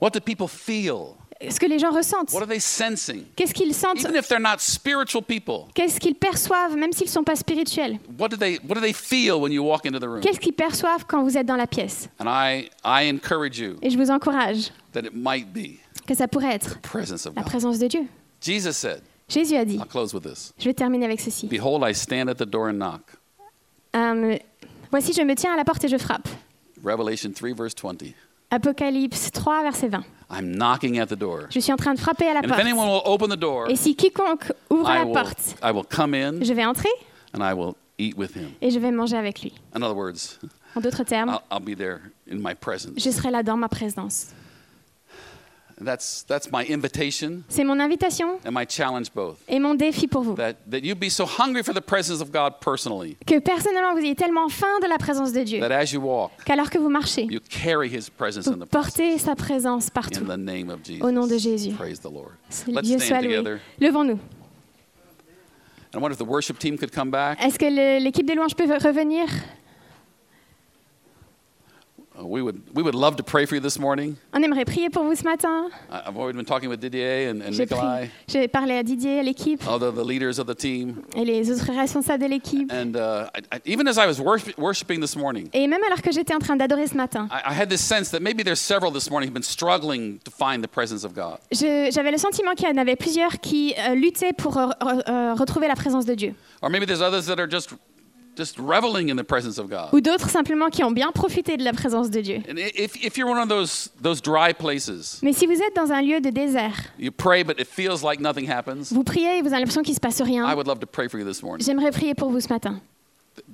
S1: What do people feel?
S2: Ce que les gens ressentent,
S1: What are they sensing?
S2: qu'est-ce qu'ils sentent,
S1: Even if they're not spiritual people,
S2: qu'est-ce qu'ils perçoivent, même s'ils ne sont pas spirituels.
S1: what do they, what do they feel when you walk into the room?
S2: Qu'est-ce qu'ils perçoivent quand vous êtes dans la pièce
S1: And I, I encourage you
S2: Et je vous encourage
S1: that it might be
S2: que ça pourrait être
S1: presence of
S2: la
S1: God.
S2: présence de Dieu.
S1: Jesus said,
S2: Jésus a dit,
S1: I'll close with this.
S2: je vais terminer avec ceci.
S1: Behold, I stand at the door and knock.
S2: Euh, voici, je me tiens à la porte et je frappe.
S1: Revelation 3, verse 20.
S2: Apocalypse 3, verset 20.
S1: I'm knocking at the door.
S2: Je suis en train de frapper à la
S1: And if anyone
S2: porte.
S1: will open the door,
S2: Et si quiconque ouvre
S1: I
S2: la
S1: will,
S2: porte,
S1: I will come in
S2: je vais entrer
S1: and I will eat with him.
S2: et je vais manger avec lui.
S1: In other words,
S2: En d'autres termes,
S1: I'll, I'll be there in my presence.
S2: je serai là dans ma présence.
S1: That's, that's my invitation
S2: C'est mon invitation
S1: and my challenge both.
S2: et mon défi pour vous.
S1: That, that you be so hungry for the presence of God personally
S2: Que personnellement, vous ayez tellement faim de la présence de Dieu
S1: that as you walk,
S2: qu'alors que vous marchez,
S1: you carry his presence in
S2: vous
S1: the presence.
S2: portez sa présence
S1: In
S2: partout.
S1: the name of Jesus.
S2: Au nom de Jésus.
S1: Praise the Lord. Let's
S2: Dieu soit
S1: stand
S2: loué.
S1: together.
S2: Levons-nous.
S1: And I wonder if the worship team could come back.
S2: Est-ce que le- l'équipe des louanges peut revenir
S1: Uh, we, would, we would love to pray for you this morning.
S2: On aimerait prier pour vous ce matin.
S1: I- I've already been talking with Didier and, and
S2: J'ai
S1: Nikolai,
S2: prié- j'ai parlé à Didier, à l'équipe
S1: other the leaders of the team.
S2: et les autres responsables de l'équipe.
S1: And uh, I, I, even as I was worship, worshiping this morning,
S2: Et même alors que j'étais en train d'adorer ce matin,
S1: I, I had this sense that maybe there's several this morning who've been struggling to find the presence of God.
S2: je- j'avais le sentiment qu'il y en avait plusieurs qui euh, luttaient pour euh, re- euh, retrouver la présence de Dieu.
S1: Or maybe there's others that are just just reveling in the presence of God.
S2: Ou d'autres simplement qui ont bien profité de la présence de Dieu.
S1: And i- if, if you're one of those those dry places,
S2: Mais si vous êtes dans un lieu de désert,
S1: you pray but it feels like nothing happens.
S2: vous priez et vous avez l'impression qu'il ne se passe
S1: I
S2: rien,
S1: would love to pray for you this morning.
S2: j'aimerais prier pour vous ce matin.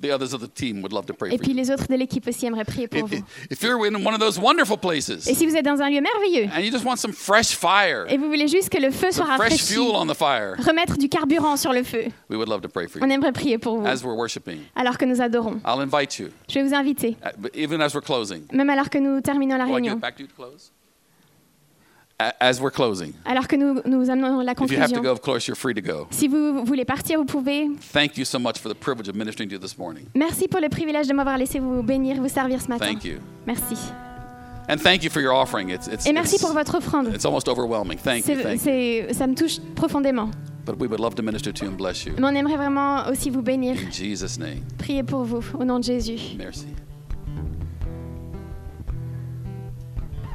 S1: The others of the team would love to pray
S2: Et
S1: for
S2: puis
S1: you.
S2: les autres de l'équipe aussi aimeraient prier pour
S1: If,
S2: vous.
S1: if you're in one of those wonderful
S2: Et
S1: places
S2: si vous êtes dans un lieu merveilleux
S1: and you just want some fresh fire,
S2: et vous voulez juste que le feu
S1: some
S2: soit
S1: fresh
S2: rafraîchi,
S1: fuel on the fire,
S2: remettre du carburant sur le feu,
S1: we would love to pray for
S2: on
S1: you
S2: aimerait prier pour vous
S1: as we're worshiping.
S2: alors que nous adorons.
S1: I'll invite you,
S2: Je vais vous inviter,
S1: uh, but even as we're closing.
S2: même alors que nous terminons la
S1: Will I give it
S2: réunion,
S1: back to you to close? A- As we're closing,
S2: alors que nous, nous amenons la
S1: if you have to go,
S2: conclusion.
S1: of course, you're free to go.
S2: Si vous voulez partir, vous pouvez.
S1: Thank you so much for the privilege of ministering to you this morning.
S2: Merci pour le privilège de m'avoir laissé vous bénir, vous servir ce matin.
S1: Thank you.
S2: Merci.
S1: And thank you for your offering. It's, it's,
S2: Et merci
S1: it's,
S2: pour votre offrande.
S1: it's almost overwhelming. Thank you.
S2: C'est-
S1: Thank you.
S2: c'est- ça me touche profondément.
S1: But we would love to minister to you and bless you.
S2: Mais on aimerait vraiment aussi vous bénir,
S1: In Jesus' name,
S2: prier pour vous, au nom de Jésus.
S1: mercy.